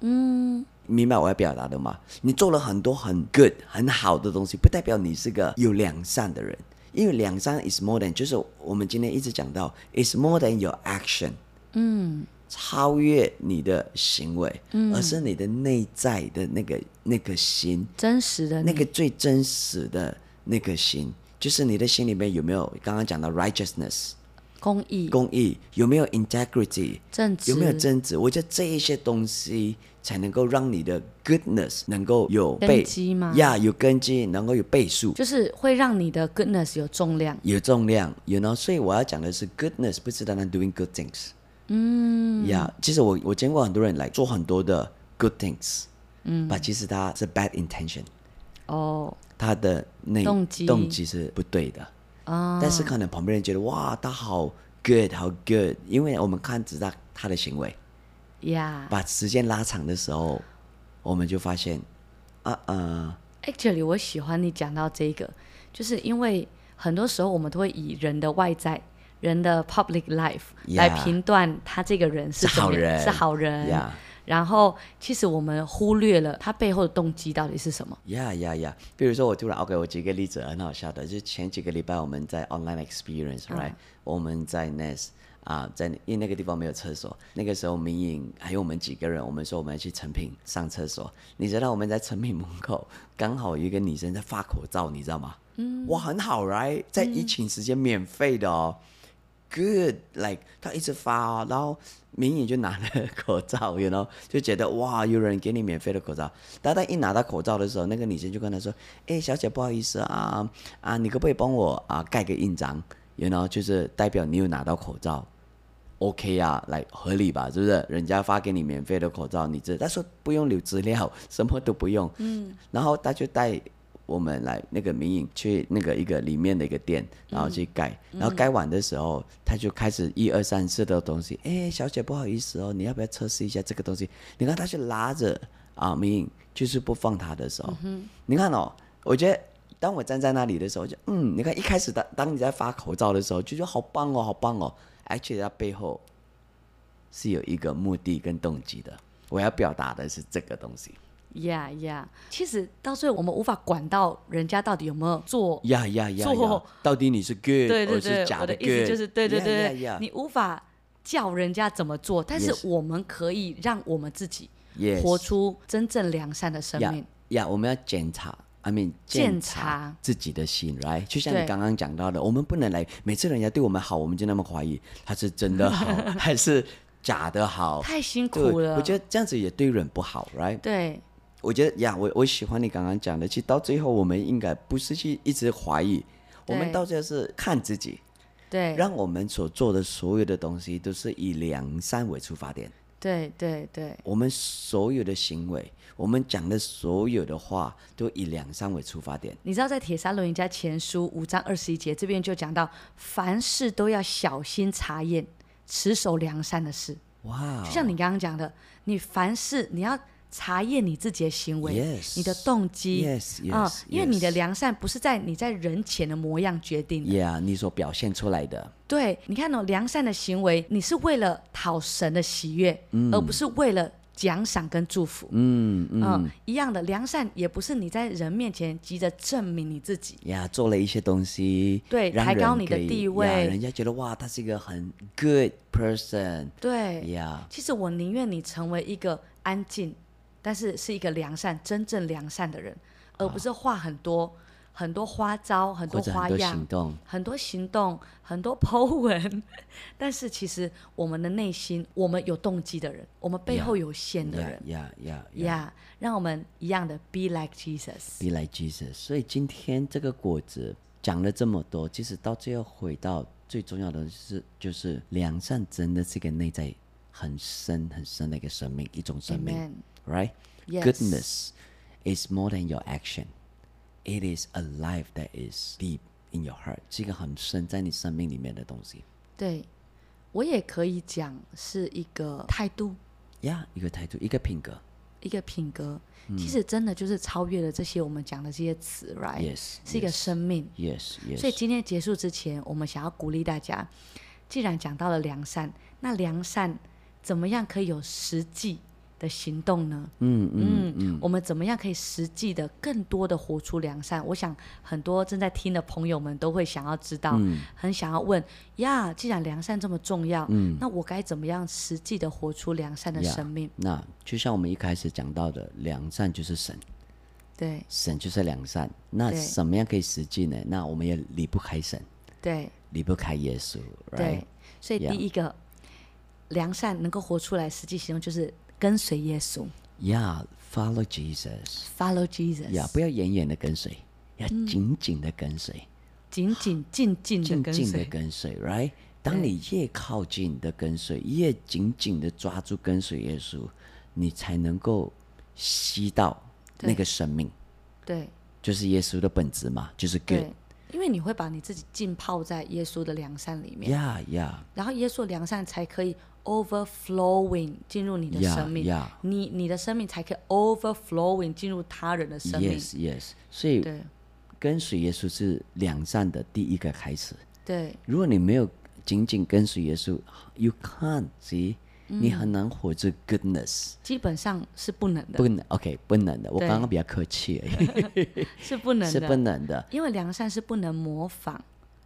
[SPEAKER 2] 明白我要表达的吗？你做了很多很 good 很好的东西，不代表你是个有良善的人，因为良善 is more than 就是我们今天一直讲到 is more than your action，嗯，超越你的行为，嗯，而是你的内在的那个那个心，
[SPEAKER 3] 真实的
[SPEAKER 2] 那
[SPEAKER 3] 你
[SPEAKER 2] 个最真实的那个心，就是你的心里面有没有刚刚讲到 righteousness
[SPEAKER 3] 公益、
[SPEAKER 2] 公义，有没有 integrity
[SPEAKER 3] 正直
[SPEAKER 2] 有没有增值？我觉得这一些东西才能够让你的 goodness 能够有被
[SPEAKER 3] 根基吗
[SPEAKER 2] 呀有根基，能够有倍数，
[SPEAKER 3] 就是会让你的 goodness 有重量。
[SPEAKER 2] 有重量，you know。所以我要讲的是，goodness 不是单单 doing good things。嗯，呀，其实我我见过很多人来做很多的 good things，嗯，但其实他是 bad intention，
[SPEAKER 3] 哦，
[SPEAKER 2] 他的那
[SPEAKER 3] 动机
[SPEAKER 2] 动机是不对的。
[SPEAKER 3] 啊，
[SPEAKER 2] 但是可能旁边人觉得哇，他好 good，好 good，因为我们看只他他的行为。
[SPEAKER 3] 呀、
[SPEAKER 2] 把时间拉长的时候，我们就发现，啊呃，
[SPEAKER 3] Actually，我喜欢你讲到这个，就是因为很多时候我们都会以人的外在、人的 public life
[SPEAKER 2] Yeah
[SPEAKER 3] 来评断他这个人是
[SPEAKER 2] 是
[SPEAKER 3] 怎么
[SPEAKER 2] 好人
[SPEAKER 3] 是好人。
[SPEAKER 2] Yeah
[SPEAKER 3] 然后，其实我们忽略了他背后的动机到底是什么。
[SPEAKER 2] 呀呀呀，比如说我突然啊 OK，我举一个例子很好笑的，就是前几个礼拜我们在 online experience，right，、我们在 Nest 啊、在因为那个地方没有厕所，那个时候明颖还有我们几个人，我们说我们要去成品上厕所，你知道我们在成品门口刚好有一个女生在发口罩，你知道吗？嗯，哇，很好 right，在疫情时间免费的哦。good，like 他一直发、哦，然后明颖就拿了口罩，you know，就觉得哇，有人给你免费的口罩。但他一拿到口罩的时候，那个女生就跟他说：“哎，小姐，不好意思啊啊，你可不可以帮我啊盖个印章？you know，就是代表你有拿到口罩。” OK 啊，来合理吧，是不是？人家发给你免费的口罩，你这他说不用留资料， 什么都不用。嗯，然后他就带我们来那个民营去那个一个里面的一个店，然后去盖，然后盖完的时候，他就开始一二三四的东西。哎，小姐不好意思哦，你要不要测试一下这个东西？你看他就拉着啊民营，就是不放他的时候，你看哦，我觉得。当我站在那里的时候，就嗯，你看一开始当当你在发口罩的时候，就觉得好棒哦，好棒哦。Actually，它背后是有一个目的跟动机的。我要表达的是这个东西。
[SPEAKER 3] 呀呀，其实到最后我们无法管到人家到底有没有做
[SPEAKER 2] 呀呀呀呀
[SPEAKER 3] 做！
[SPEAKER 2] 到底你是 good
[SPEAKER 3] 对对
[SPEAKER 2] 或者
[SPEAKER 3] 对
[SPEAKER 2] 哦是，假
[SPEAKER 3] 我的
[SPEAKER 2] good？
[SPEAKER 3] 意思就是，对对对
[SPEAKER 2] 呀呀呀
[SPEAKER 3] 你无法叫人家怎么做，但是
[SPEAKER 2] Yes
[SPEAKER 3] 我们可以让我们自己
[SPEAKER 2] Yes
[SPEAKER 3] 活出真正良善的生命。
[SPEAKER 2] 呀我们要检查，I mean
[SPEAKER 3] 检
[SPEAKER 2] 检
[SPEAKER 3] 查
[SPEAKER 2] 查自己的心来。就像
[SPEAKER 3] 对
[SPEAKER 2] 你刚刚讲到的，我们不能来每次人家对我们好，我们就那么怀疑他是真 的好还是假的好。
[SPEAKER 3] 太辛
[SPEAKER 2] 对
[SPEAKER 3] 苦，了，
[SPEAKER 2] 我觉
[SPEAKER 3] 得
[SPEAKER 2] 得这样子也对人不好，right？
[SPEAKER 3] 对
[SPEAKER 2] 我觉得呀，我我喜欢你刚刚讲的，其实到最后我们应该不是去一直怀疑，我们
[SPEAKER 3] 对
[SPEAKER 2] 到最后是看自己，
[SPEAKER 3] 对，
[SPEAKER 2] 让我们所做的所有的东西都是以良善为出发点。
[SPEAKER 3] 对对对，
[SPEAKER 2] 我们所有的行为，我们讲的所有的话，都以两三为出发点。
[SPEAKER 3] 你知道在《铁砂轮人家前书》五章二十一节这边就讲到，凡事都要小心查验，持守良善的事。
[SPEAKER 2] 哇、
[SPEAKER 3] 就像你刚刚讲的，你凡事你要查验你自己的行为
[SPEAKER 2] Yes
[SPEAKER 3] 你的动机
[SPEAKER 2] Yes,
[SPEAKER 3] 啊、
[SPEAKER 2] yes,
[SPEAKER 3] 因为你的
[SPEAKER 2] yes
[SPEAKER 3] 良善不是在你在人前的模样决定的。
[SPEAKER 2] ，Yeah，你所表现出来的，
[SPEAKER 3] 对，你看哦，良善的行为，你是为了讨神的喜悦，而不是为了奖赏跟祝福。
[SPEAKER 2] 嗯
[SPEAKER 3] 嗯、
[SPEAKER 2] 嗯
[SPEAKER 3] 一样的，良善也不是你在人面前急着证明你自己。
[SPEAKER 2] 呀做了一些东西，
[SPEAKER 3] 对
[SPEAKER 2] 让
[SPEAKER 3] 抬高
[SPEAKER 2] 人
[SPEAKER 3] 你的
[SPEAKER 2] 可以
[SPEAKER 3] 地
[SPEAKER 2] 呀
[SPEAKER 3] 位
[SPEAKER 2] 人家觉得哇，他是一个很 good person，
[SPEAKER 3] 对
[SPEAKER 2] 呀
[SPEAKER 3] 其实我宁愿你成为一个安静，但是是一个良善、真正良善的人，
[SPEAKER 2] 啊
[SPEAKER 3] 而不是画很多、很多花招、很
[SPEAKER 2] 或
[SPEAKER 3] 多
[SPEAKER 2] 者
[SPEAKER 3] 花
[SPEAKER 2] 很多行
[SPEAKER 3] 样、
[SPEAKER 2] 动，
[SPEAKER 3] 很多行动、很多 po 文。 但是其实我们的内心，我们有动机的人，我们背后有线的
[SPEAKER 2] 呀
[SPEAKER 3] 人，
[SPEAKER 2] 呀呀呀
[SPEAKER 3] 呀让我们一样的 be like Jesus。
[SPEAKER 2] ，be like Jesus。所以今天这个果子讲了这么多，其实到最后回到最重要的是，就是良善真的是一个内在很深很深的一个生命，一种生命
[SPEAKER 3] Yes
[SPEAKER 2] ，right？Goodness is more than your action. It is a life that is deep in your heart，是一个很深在你生命里面的东西。
[SPEAKER 3] 对，我也可以讲是一个态度。
[SPEAKER 2] 呀一个态度，一个品格。
[SPEAKER 3] 一个品格，
[SPEAKER 2] 嗯
[SPEAKER 3] 其实真的就是超越了这些我们讲的这些词，right？、
[SPEAKER 2] Yes，
[SPEAKER 3] 是一个
[SPEAKER 2] yes
[SPEAKER 3] 生命。
[SPEAKER 2] Yes, yes。
[SPEAKER 3] 所以今天结束之前，我们想要鼓励大家，既然讲到了良善，那良善怎么样可以有实际的行动呢？
[SPEAKER 2] 嗯嗯，
[SPEAKER 3] 嗯，我们怎么样可以实际的更多的活出良善？我想很多正在听的朋友们都会想要知道，
[SPEAKER 2] 嗯
[SPEAKER 3] 很想要问呀，既然良善这么重要，
[SPEAKER 2] 嗯
[SPEAKER 3] 那我该怎么样实际的活出良善的
[SPEAKER 2] 呀
[SPEAKER 3] 生命？
[SPEAKER 2] 那就像我们一开始讲到的，良善就是神，
[SPEAKER 3] 对
[SPEAKER 2] 神就是良善。那
[SPEAKER 3] 对
[SPEAKER 2] 什么样可以实际呢？那我们也离不开神，
[SPEAKER 3] 对。
[SPEAKER 2] 离不开耶稣
[SPEAKER 3] 对
[SPEAKER 2] ，right？，
[SPEAKER 3] 所以
[SPEAKER 2] Yeah
[SPEAKER 3] 第一个良善能够活出来，实际行动就是跟随耶稣
[SPEAKER 2] Yeah, follow Jesus。
[SPEAKER 3] ，follow Jesus，、
[SPEAKER 2] 呀，不要远远的跟随，要紧紧的跟随，
[SPEAKER 3] 紧嗯紧静静的
[SPEAKER 2] 静
[SPEAKER 3] 跟
[SPEAKER 2] 静的
[SPEAKER 3] 随。
[SPEAKER 2] 跟随，right？当你越靠近你的跟随，越紧紧的抓住跟随耶稣，你才能够吸到那
[SPEAKER 3] 对
[SPEAKER 2] 个生命。
[SPEAKER 3] 对
[SPEAKER 2] 就是耶稣的本质嘛，就是
[SPEAKER 3] 对
[SPEAKER 2] good。，
[SPEAKER 3] 因为你会把你自己浸泡在耶稣的良善里面，
[SPEAKER 2] 呀呀
[SPEAKER 3] 然后耶稣的良善才可以 overflowing 进入你的
[SPEAKER 2] Yeah，
[SPEAKER 3] 生命
[SPEAKER 2] yeah
[SPEAKER 3] 你你的生命才可以 overflowing 进入他人的生命。
[SPEAKER 2] ，yes yes，所以
[SPEAKER 3] 对
[SPEAKER 2] 跟随耶稣是良善的第一个开始。
[SPEAKER 3] 对
[SPEAKER 2] 如果你没有紧紧跟随耶稣，you can't see，、你
[SPEAKER 3] 嗯
[SPEAKER 2] 很难活出 goodness。
[SPEAKER 3] 基本上是不能的，
[SPEAKER 2] 不能，OK，不能的。我
[SPEAKER 3] 对
[SPEAKER 2] 刚刚比较客气 而已，
[SPEAKER 3] 是不能
[SPEAKER 2] 是
[SPEAKER 3] 的，
[SPEAKER 2] 不能的。
[SPEAKER 3] 因为良善是不能模仿。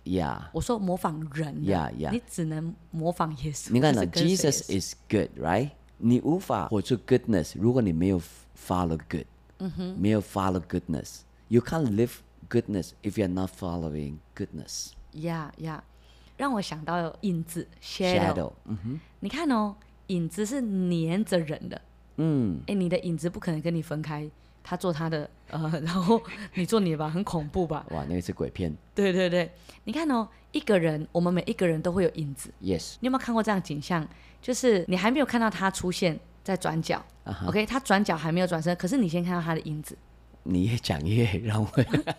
[SPEAKER 2] Yeah，
[SPEAKER 3] 我说模仿人的
[SPEAKER 2] Yeah, yeah.
[SPEAKER 3] 你只能模仿耶稣。
[SPEAKER 2] 你看
[SPEAKER 3] 就
[SPEAKER 2] 呢
[SPEAKER 3] 是跟随
[SPEAKER 2] ，Jesus
[SPEAKER 3] 耶稣
[SPEAKER 2] is good，right？你无法活出 goodness，如果你没有 follow good，嗯哼，没有 follow goodness，you can't live goodness if you're not following goodness。
[SPEAKER 3] yeah yeah，让我想到影子
[SPEAKER 2] shadow，嗯
[SPEAKER 3] 你看哦，影子是黏着人的，
[SPEAKER 2] 嗯，
[SPEAKER 3] 哎，你的影子不可能跟你分开，他做他的呃， 然后你做你的吧，很恐怖吧？
[SPEAKER 2] 哇，那个是鬼片
[SPEAKER 3] 对对对，你看哦，一个人，我们每一个人都会有影子，
[SPEAKER 2] ，yes，
[SPEAKER 3] 你有没有看过这样的景象？就是你还没有看到他出现在转角、
[SPEAKER 2] 啊哈
[SPEAKER 3] o k 他转角还没有转身，可是你先看到他的影 子，
[SPEAKER 2] 你越讲越 让我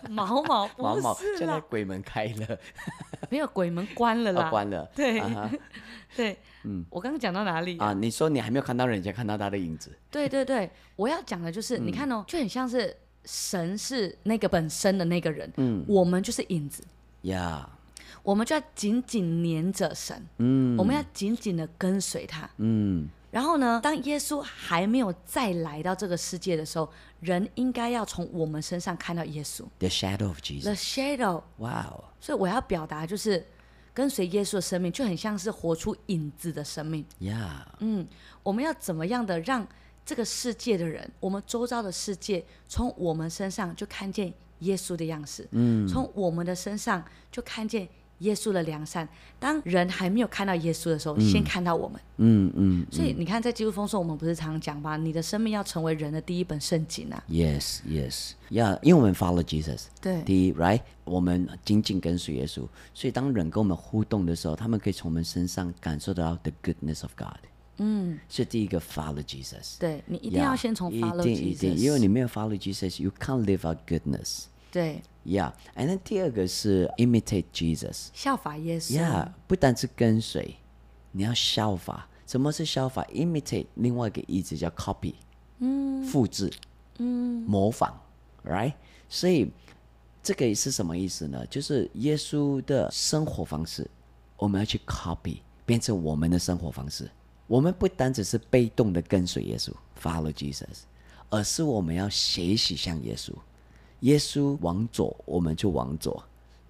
[SPEAKER 3] 毛毛不是啦
[SPEAKER 2] 毛毛，现在鬼门开了，
[SPEAKER 3] 没有鬼门关了啦，
[SPEAKER 2] 要关了，
[SPEAKER 3] 对
[SPEAKER 2] 啊哈
[SPEAKER 3] 对，嗯，我刚刚讲到哪里？
[SPEAKER 2] 啊，你说你还没有看到人家看到他的影子，
[SPEAKER 3] 对对对，我要讲的就是，
[SPEAKER 2] 嗯
[SPEAKER 3] 你看哦，就很像是神是那个本身的那个人，嗯，我们就是影子，
[SPEAKER 2] 呀，
[SPEAKER 3] 我们就要紧紧黏着神，
[SPEAKER 2] 嗯
[SPEAKER 3] 我们要紧紧的跟随他。
[SPEAKER 2] 嗯，
[SPEAKER 3] 然后呢，当耶稣还没有再来到这个世界的时候，人应该要从我们身上看到耶稣。
[SPEAKER 2] The shadow of
[SPEAKER 3] The
[SPEAKER 2] Jesus，
[SPEAKER 3] shadow，
[SPEAKER 2] 哇哦，
[SPEAKER 3] 所以我要表达就是，跟随耶稣的生命就很像是活出影子的生命。
[SPEAKER 2] 呀，
[SPEAKER 3] 嗯，我们要怎么样的让这个世界的人，我们周遭的世界，从我们身上就看见耶稣的样式，嗯，从我们的身上就看见耶稣的良善。当人还没有看到耶稣的时候，先看到我们。
[SPEAKER 2] 嗯嗯
[SPEAKER 3] 所以你看，在基督丰收，我们不是常常讲吗？你的生命要成为人的第一本圣经啊。
[SPEAKER 2] ，yes yes，呀，因为我们 follow Jesus，
[SPEAKER 3] 对
[SPEAKER 2] 第一，right，我们紧紧跟随耶稣，所以当人跟我们互动的时候，他们可以从我们身上感受得到 the goodness of God。嗯，是第一个 follow Jesus。
[SPEAKER 3] 对你一定要
[SPEAKER 2] Yeah，
[SPEAKER 3] 先从 follow
[SPEAKER 2] 一定一定，
[SPEAKER 3] Jesus
[SPEAKER 2] 因为你没有 follow Jesus，you can't live out goodness。
[SPEAKER 3] 对
[SPEAKER 2] Yeah，and then 哎第二个是 imitate Jesus。
[SPEAKER 3] 效法耶稣
[SPEAKER 2] Yeah，不单是跟随，你要效法。什么是效法？imitate 另外一个意思叫 copy，嗯，复制，嗯，模仿，right？所以这个是什么意思呢？就是耶稣的生活方式，我们要去 copy，变成我们的生活方式。我们不单只是被动的跟随耶稣 （follow Jesus），而是我们要学习像耶稣。耶稣往左，我们就往左；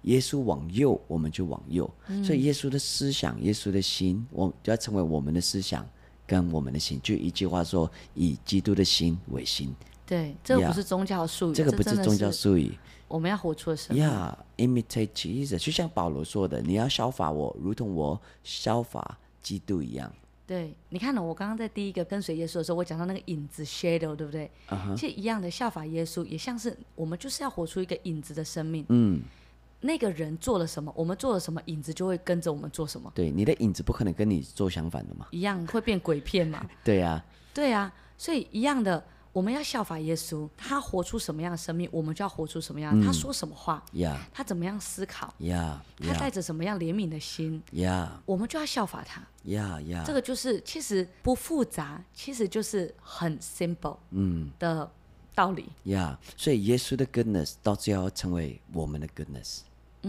[SPEAKER 2] 耶稣往右，我们就往右。所以耶稣的思想、耶稣的心，我就要成为我们的思想跟我们的心。就一句话说：以基督的心为心。
[SPEAKER 3] 对，这个
[SPEAKER 2] Yeah
[SPEAKER 3] 不是宗教术语，
[SPEAKER 2] 这个不是
[SPEAKER 3] 嗯真的
[SPEAKER 2] 宗教术语。
[SPEAKER 3] 我们要活出的生命。
[SPEAKER 2] Yeah, imitate Jesus，就像保罗说的，你要效法我，如同我效法基督一样。
[SPEAKER 3] 对，你看了、我刚刚在第一个跟随耶稣的时候，我讲到那个影子 shadow，对不对？其实一样的效法耶稣，也像是我们就是要活出一个影子的生命。嗯，那个人做了什么，我们做了什么，影子就会跟着我们做什么，
[SPEAKER 2] 对，你的影子不可能跟你做相反的嘛。
[SPEAKER 3] 一样会变鬼片嘛？
[SPEAKER 2] 对啊，
[SPEAKER 3] 对啊，所以一样的，我们要效法耶稣，他活出什么样的生命，我们就要活出什么样。他说什么话，
[SPEAKER 2] 呀
[SPEAKER 3] 他怎么样思考，
[SPEAKER 2] 呀
[SPEAKER 3] 他带
[SPEAKER 2] 呀
[SPEAKER 3] 着什么样怜悯的心，
[SPEAKER 2] 呀
[SPEAKER 3] 我们就要效法他。
[SPEAKER 2] 呀呀，
[SPEAKER 3] 这个就是其实不复杂，其实就是很 simple 嗯的道理。
[SPEAKER 2] 呀所以耶稣的 goodness 到最后成为我们的 goodness。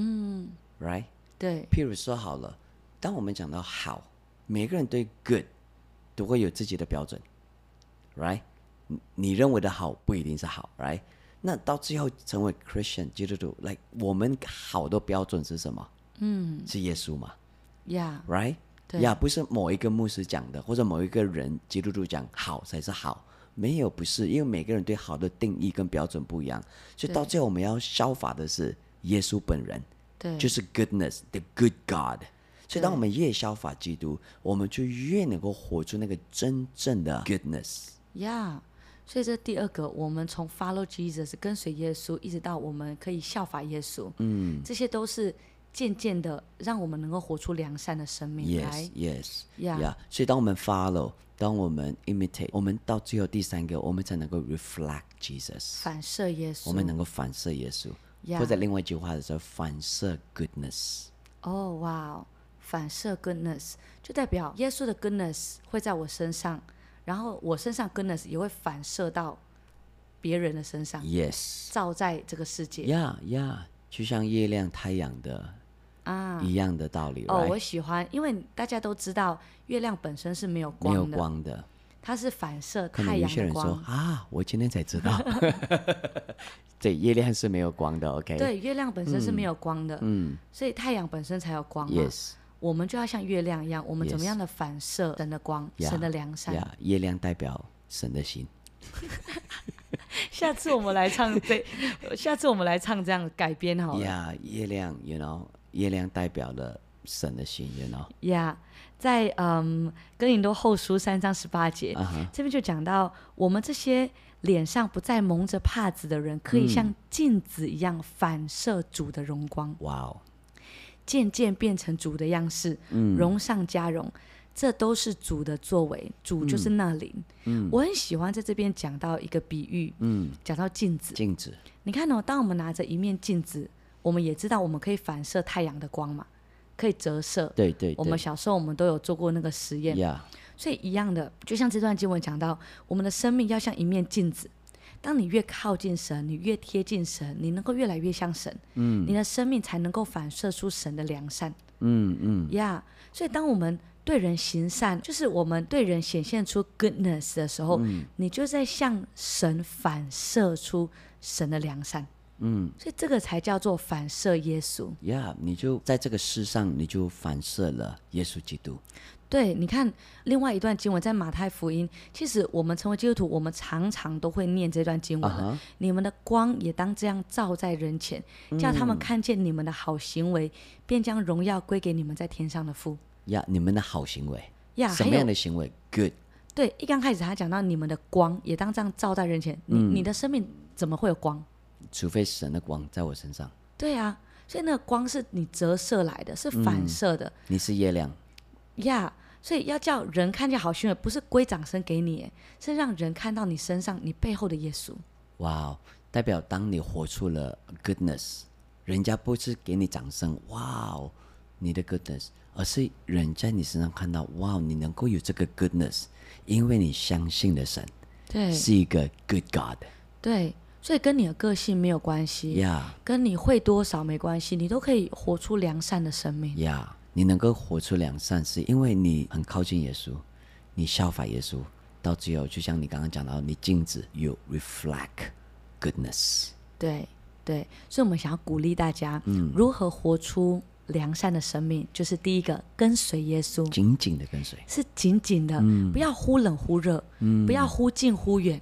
[SPEAKER 2] 嗯，right。
[SPEAKER 3] 对
[SPEAKER 2] 譬如说好了，当我们讲到好，每个人对 good 都会有自己的标准，right？你你认为的好不一定是好，right？那到最后成为 Christian 基督徒，like 我们好的标准是什么？嗯，是耶稣嘛
[SPEAKER 3] 呀
[SPEAKER 2] ，right？
[SPEAKER 3] 对
[SPEAKER 2] 呀不是某一个牧师讲的，或者某一个人基督徒讲好才是好，没有不是，因为每个人对好的定义跟标准不一样，所以到最后我们要效法的是耶稣本人。
[SPEAKER 3] 对，
[SPEAKER 2] 就是 goodness，the good God。所以，当我们越效法基督，我们就越能够活出那个真正的 goodness。
[SPEAKER 3] 呀所以这第二个，我们从 follow Jesus 跟随耶稣，一直到我们可以效法耶稣，嗯，这些都是渐渐的让我们能够活出良善的生命来。
[SPEAKER 2] Yes, yes,
[SPEAKER 3] Yeah
[SPEAKER 2] 所以，当我们 follow，当我们 imitate，我们到最后第三个，我们才能够 reflect Jesus，
[SPEAKER 3] 反射耶稣，
[SPEAKER 2] 我们能够反射耶稣。
[SPEAKER 3] Yeah
[SPEAKER 2] 或者另外一句话叫反射 goodness。
[SPEAKER 3] 哦哇哦，反射 goodness 就代表耶稣的 goodness 会在我身上，然后我身上 goodness 也会反射到别人的身上，
[SPEAKER 2] Yes,
[SPEAKER 3] 照在这个世界。
[SPEAKER 2] yeah, yeah，就像月亮、太阳的啊一样的道理
[SPEAKER 3] 哦，我
[SPEAKER 2] right？
[SPEAKER 3] 喜欢，因为大家都知道月亮本身是没有
[SPEAKER 2] 没有
[SPEAKER 3] 光的，
[SPEAKER 2] 光的。
[SPEAKER 3] 它是反射
[SPEAKER 2] 可
[SPEAKER 3] 太
[SPEAKER 2] 能有
[SPEAKER 3] 阳
[SPEAKER 2] 些
[SPEAKER 3] 的
[SPEAKER 2] 人说
[SPEAKER 3] 光。
[SPEAKER 2] 啊，我今天才知 道， 对，月亮是没有光的，OK？
[SPEAKER 3] 对，月亮本身是没有光的，嗯，所以太阳本身才有光嘛。
[SPEAKER 2] ，Yes，
[SPEAKER 3] 我们就要像月亮一样，我们怎么
[SPEAKER 2] Yes
[SPEAKER 3] 样的反射神的光、
[SPEAKER 2] 呀
[SPEAKER 3] 神的良善。
[SPEAKER 2] 呀，月亮代表神的心，
[SPEAKER 3] 下次我们来唱这，下次我们来唱这样改编好了。
[SPEAKER 2] 呀，月亮，you know，月亮代表了神的心，you know，
[SPEAKER 3] 呀在嗯《哥林多后书》三章十八节这边就讲到，我们这些脸上不再蒙着帕子的人，可以像镜子一样反射主的荣光，
[SPEAKER 2] 哇哦，
[SPEAKER 3] 渐渐变成主的样式，荣上加荣。这都是主的作为，主就是那灵。我很喜欢在这边讲到一个比喻，
[SPEAKER 2] 嗯
[SPEAKER 3] 讲到镜子。
[SPEAKER 2] 镜子
[SPEAKER 3] 你看哦，当我们拿着一面镜子，我们也知道我们可以反射太阳的光嘛，可以折射。
[SPEAKER 2] 对对
[SPEAKER 3] 我们
[SPEAKER 2] 对
[SPEAKER 3] 小时候我们都有做过那个实验，
[SPEAKER 2] 呀
[SPEAKER 3] 所以一样的，就像这段经文讲到，我们的生命要像一面镜子。当你越靠近神，你越贴近神，你能够越来越像神，嗯，你的生命才能够反射出神的良善，嗯嗯，呀、所以当我们对人行善，就是我们对人显现出 goodness 的时候，你就在向神反射出神的良善，嗯，所以这个才叫做反射耶稣。
[SPEAKER 2] 呀，你就在这个世上，你就反射了耶稣基督，
[SPEAKER 3] 对，你看另外一段经文在马太福音，其实我们成为基督徒，我们常常都会念这段经
[SPEAKER 2] 啊
[SPEAKER 3] 文了。你们的光也当这样照在人前，叫他
[SPEAKER 2] 嗯
[SPEAKER 3] 们看见你们的好行为，便将荣耀归给你们在天上的父。
[SPEAKER 2] 呀，你们的好行为，
[SPEAKER 3] 呀，啊
[SPEAKER 2] 什
[SPEAKER 3] 还
[SPEAKER 2] 么样
[SPEAKER 3] 有
[SPEAKER 2] 的行为？Good，
[SPEAKER 3] 对，一刚开始他讲到你们的光也当这样照在人前，你、
[SPEAKER 2] 嗯
[SPEAKER 3] 你的生命怎么会有光？
[SPEAKER 2] 除非神的光在我身上，
[SPEAKER 3] 对啊，
[SPEAKER 2] 嗯
[SPEAKER 3] 所以那个光是你折射来的，是反射的。
[SPEAKER 2] 你是月亮，
[SPEAKER 3] 呀所以要叫人看见好行为，不是归掌声给你耶，是让人看到你身上你背后的耶稣。
[SPEAKER 2] 哇哦，代表当你活出了 goodness，人家不是给你掌声，哇哦，你的 goodness，而是人在你身上看到，哇哦，你能够有这个 goodness，因为你相信的神
[SPEAKER 3] 对
[SPEAKER 2] 是一个 good God。
[SPEAKER 3] 对，所以跟你的个性没有关系
[SPEAKER 2] Yeah，
[SPEAKER 3] 跟你会多少没关系，你都可以活出良善的生命。
[SPEAKER 2] 呀你能够活出良善，是因为你很靠近耶稣，你效法耶稣，到最后就像你刚刚讲到，你镜子 you reflect goodness。
[SPEAKER 3] 对对，所以我们想要鼓励大家，
[SPEAKER 2] 嗯
[SPEAKER 3] 如何活出良善的生命，就是第一个跟随耶稣。
[SPEAKER 2] 紧嗯紧的跟随，
[SPEAKER 3] 是紧紧的，不要忽冷忽热，
[SPEAKER 2] 嗯
[SPEAKER 3] 不要忽近忽远，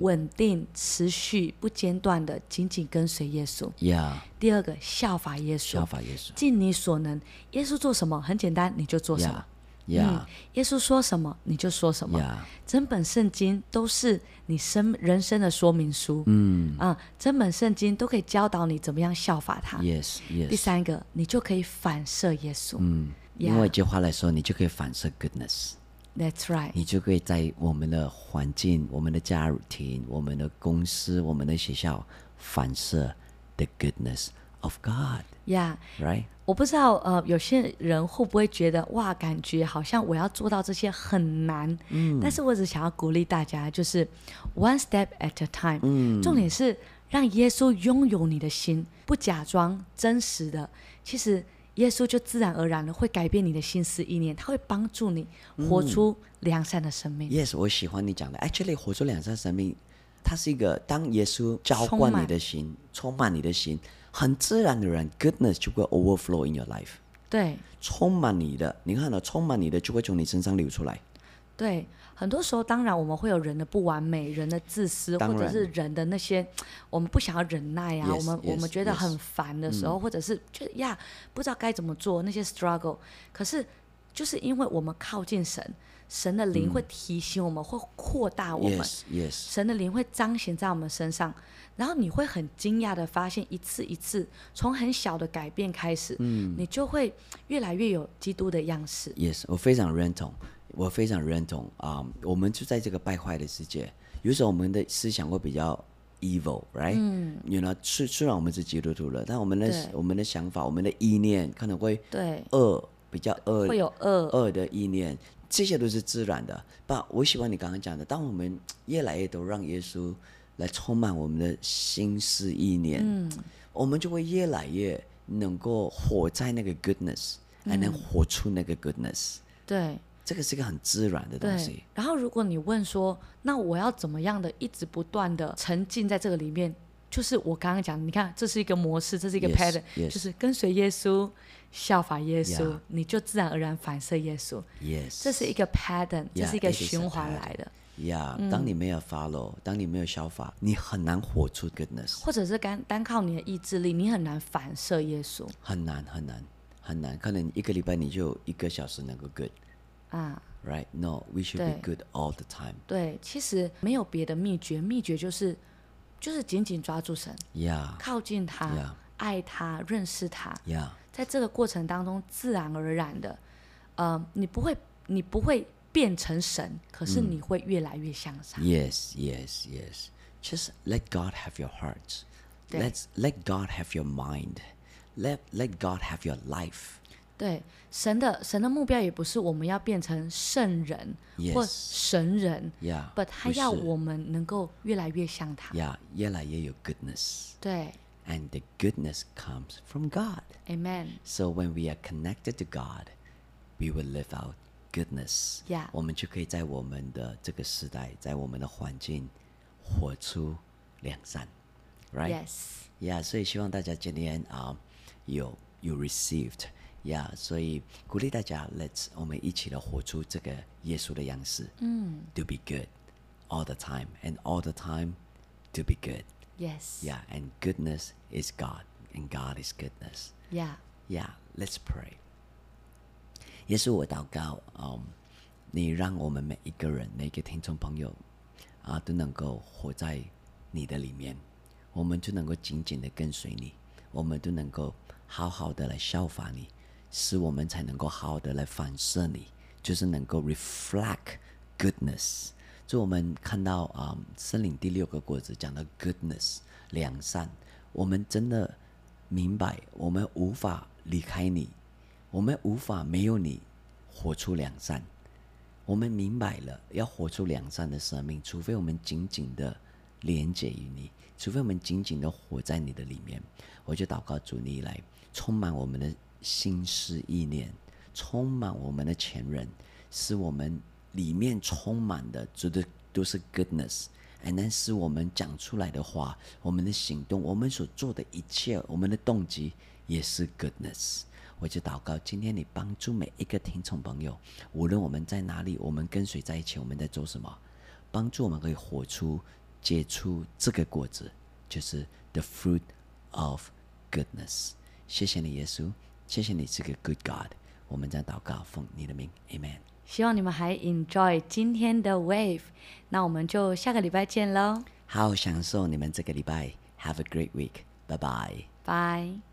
[SPEAKER 3] 稳定、持续、不间断的紧紧跟随耶稣。
[SPEAKER 2] 呀、
[SPEAKER 3] 第二个，效法耶稣，
[SPEAKER 2] 效法耶稣，
[SPEAKER 3] 尽你所能。耶稣做什么很简单，你就做什么。嗯
[SPEAKER 2] 呀呀
[SPEAKER 3] 耶稣说什么你就说什么。
[SPEAKER 2] 呀
[SPEAKER 3] 整本圣经都是你生人生的说明书。嗯啊，整本圣经都可以教导你怎么样效法他。
[SPEAKER 2] ，yes
[SPEAKER 3] 第
[SPEAKER 2] yes，
[SPEAKER 3] 三个，你就可以反射耶稣。嗯
[SPEAKER 2] 因为这话来说，你就可以反射 goodness，
[SPEAKER 3] ，That's right。
[SPEAKER 2] 你就可以在我们的环境、我们的家庭、我们的公司、我们的学校反射 the goodness of God，right？
[SPEAKER 3] 呀、我不知道，呃，有些人会不会觉得哇，感觉好像我要做到这些很难，嗯，但是我只想要鼓励大家，就是 one step at a time，嗯，重点是让耶稣拥有你的心，不假装，真实的，其实耶稣就自然而然的会改变你的心思意念，他会帮助你活出良善的生命，
[SPEAKER 2] Yes，我喜欢你讲的。Actually，活出两善生命，它是一个当耶稣浇灌你的心，充满你的心，很自然的人，goodness 就会 overflow in your life，
[SPEAKER 3] 对。
[SPEAKER 2] 充满你的。你看到、哦充满你的就会从你身上流出来。
[SPEAKER 3] 对，很多时候当然我们会有人的不完美、人的自私，
[SPEAKER 2] 当
[SPEAKER 3] 或者
[SPEAKER 2] 然
[SPEAKER 3] 是人的那些我们不想要忍耐啊
[SPEAKER 2] Yes,
[SPEAKER 3] 我们我
[SPEAKER 2] yes,
[SPEAKER 3] 们觉得
[SPEAKER 2] yes. 嗯
[SPEAKER 3] 很烦的时候，或者是就呀不知道该怎么做那些 struggle。可是就是因为我们靠近神，神的灵
[SPEAKER 2] 嗯
[SPEAKER 3] 会提醒我们，会扩大我们。
[SPEAKER 2] Yes，Yes，
[SPEAKER 3] 神的灵会彰显在我们身上，然后你会很惊讶的发现，一次一次从很小的改变开始，嗯，你就会越来越有基督的样式。
[SPEAKER 2] Yes，我非常认同，我非常认同啊、我们就在这个败坏的世界，有时候我们的思想会比较 evil，right？嗯，you know，虽虽然我们是基督徒了，但我们的
[SPEAKER 3] 对
[SPEAKER 2] 我们的想法、我们的意念可能会
[SPEAKER 3] 对，
[SPEAKER 2] 恶，比较恶，
[SPEAKER 3] 会有恶，
[SPEAKER 2] 恶的意念，这些都是自然的。但我喜欢你刚刚讲的，当我们越来越多让耶稣来充满我们的心思意念，嗯，我们就会越来越能够活在那个 goodness，还
[SPEAKER 3] 嗯
[SPEAKER 2] 能活出那个 goodness。
[SPEAKER 3] 对。
[SPEAKER 2] 这个是一个很自然的东
[SPEAKER 3] 对
[SPEAKER 2] 西，，
[SPEAKER 3] 然后如果你问说，那我要怎么样的一直不断的沉浸在这个里面，就是我刚刚讲，你看这是一个模式，这是一个
[SPEAKER 2] Yes,
[SPEAKER 3] pattern，
[SPEAKER 2] yes.
[SPEAKER 3] 就是跟随耶稣，效法耶稣
[SPEAKER 2] Yeah.
[SPEAKER 3] 你就自然而然反射耶稣，
[SPEAKER 2] ，yes，
[SPEAKER 3] 这是一个嗯 pattern，、这
[SPEAKER 2] Yeah,
[SPEAKER 3] 是一个
[SPEAKER 2] it is a
[SPEAKER 3] 循环
[SPEAKER 2] pattern.
[SPEAKER 3] 来的，
[SPEAKER 2] 呀。当你没有 follow，当你没有效法，你很难活出 goodness。
[SPEAKER 3] 或者是单单靠你的意志力，你很难反射耶稣
[SPEAKER 2] 很难很难很难，可能一个礼拜你就有一个小时能够 good。
[SPEAKER 3] 啊。
[SPEAKER 2] Right? No, we should be
[SPEAKER 3] 对
[SPEAKER 2] good all the time.
[SPEAKER 3] 对，其实没有别的秘诀，秘诀就是就是紧紧抓住神，
[SPEAKER 2] Yeah,
[SPEAKER 3] 靠近他
[SPEAKER 2] Yeah.
[SPEAKER 3] 爱他，认识他。
[SPEAKER 2] yeah,
[SPEAKER 3] 在这个过程当中，自然而然的，呃，你不会，你不会变成神，可是
[SPEAKER 2] 嗯
[SPEAKER 3] 你会越来越向上。
[SPEAKER 2] yes, yes, yes. Just let God have your heart.
[SPEAKER 3] Yeah.
[SPEAKER 2] Let's let God have your mind. Let let God have your life.
[SPEAKER 3] 对，神的神的目标也不是我们要变成圣人
[SPEAKER 2] Yes
[SPEAKER 3] 或神人
[SPEAKER 2] Yeah，
[SPEAKER 3] but 他
[SPEAKER 2] 不是
[SPEAKER 3] 要我们能够越来越像他。
[SPEAKER 2] Yeah, 越来越有 goodness,
[SPEAKER 3] 对
[SPEAKER 2] and the goodness comes from God.
[SPEAKER 3] ，Amen。
[SPEAKER 2] So when we are connected to God, we will live out goodness.
[SPEAKER 3] Yeah.
[SPEAKER 2] 我们就可以在我们的这个时代，在我们的环境，活出良善，right?
[SPEAKER 3] Yes。
[SPEAKER 2] Yeah，所以希望大家今天啊、有有 received。Yeah，所以鼓励大家，Let's 我们一起的活出这个耶稣的样式。嗯，To be good all the time and all the time to be good.
[SPEAKER 3] Yes.
[SPEAKER 2] Yeah, and goodness is God and God is goodness.
[SPEAKER 3] Yeah.
[SPEAKER 2] Yeah, let's pray. 耶稣，我祷告，嗯，你让我们每一个人、每一个听众朋友啊，都能够活在你的里面，我们就能够紧紧的跟随你，我们都能够好好的来效法你，使我们才能够好好的来反射你，就是能够 reflect goodness。就我们看到啊、嗯森林第六个果子讲到 goodness 良善，我们真的明白，我们无法离开你，我们无法没有你活出良善。我们明白了，要活出良善的生命，除非我们紧紧的连接于你，除非我们紧紧的活在你的里面。我就祷告主你来充满我们的心思意念，充满我们的前人，使我们里面充满的主的都是 goodness。And then 是我们讲出来的话，我们的行动，我们所做的一切，我们的动机也是 goodness。我就祷告，今天你帮助每一个听众朋友，无论我们在哪里，我们跟谁在一起，我们在做什么，帮助我们可以活出、结出这个果子，就是 the fruit of goodness。谢谢你，耶稣，谢谢你是个 good God。我们在祷告，奉你的名，Amen。
[SPEAKER 3] 希望你们还 enjoy 今天的 Wave，那我们就下个礼拜见喽，
[SPEAKER 2] 好，享受你们这个礼拜，Have a great week，拜拜。
[SPEAKER 3] 拜。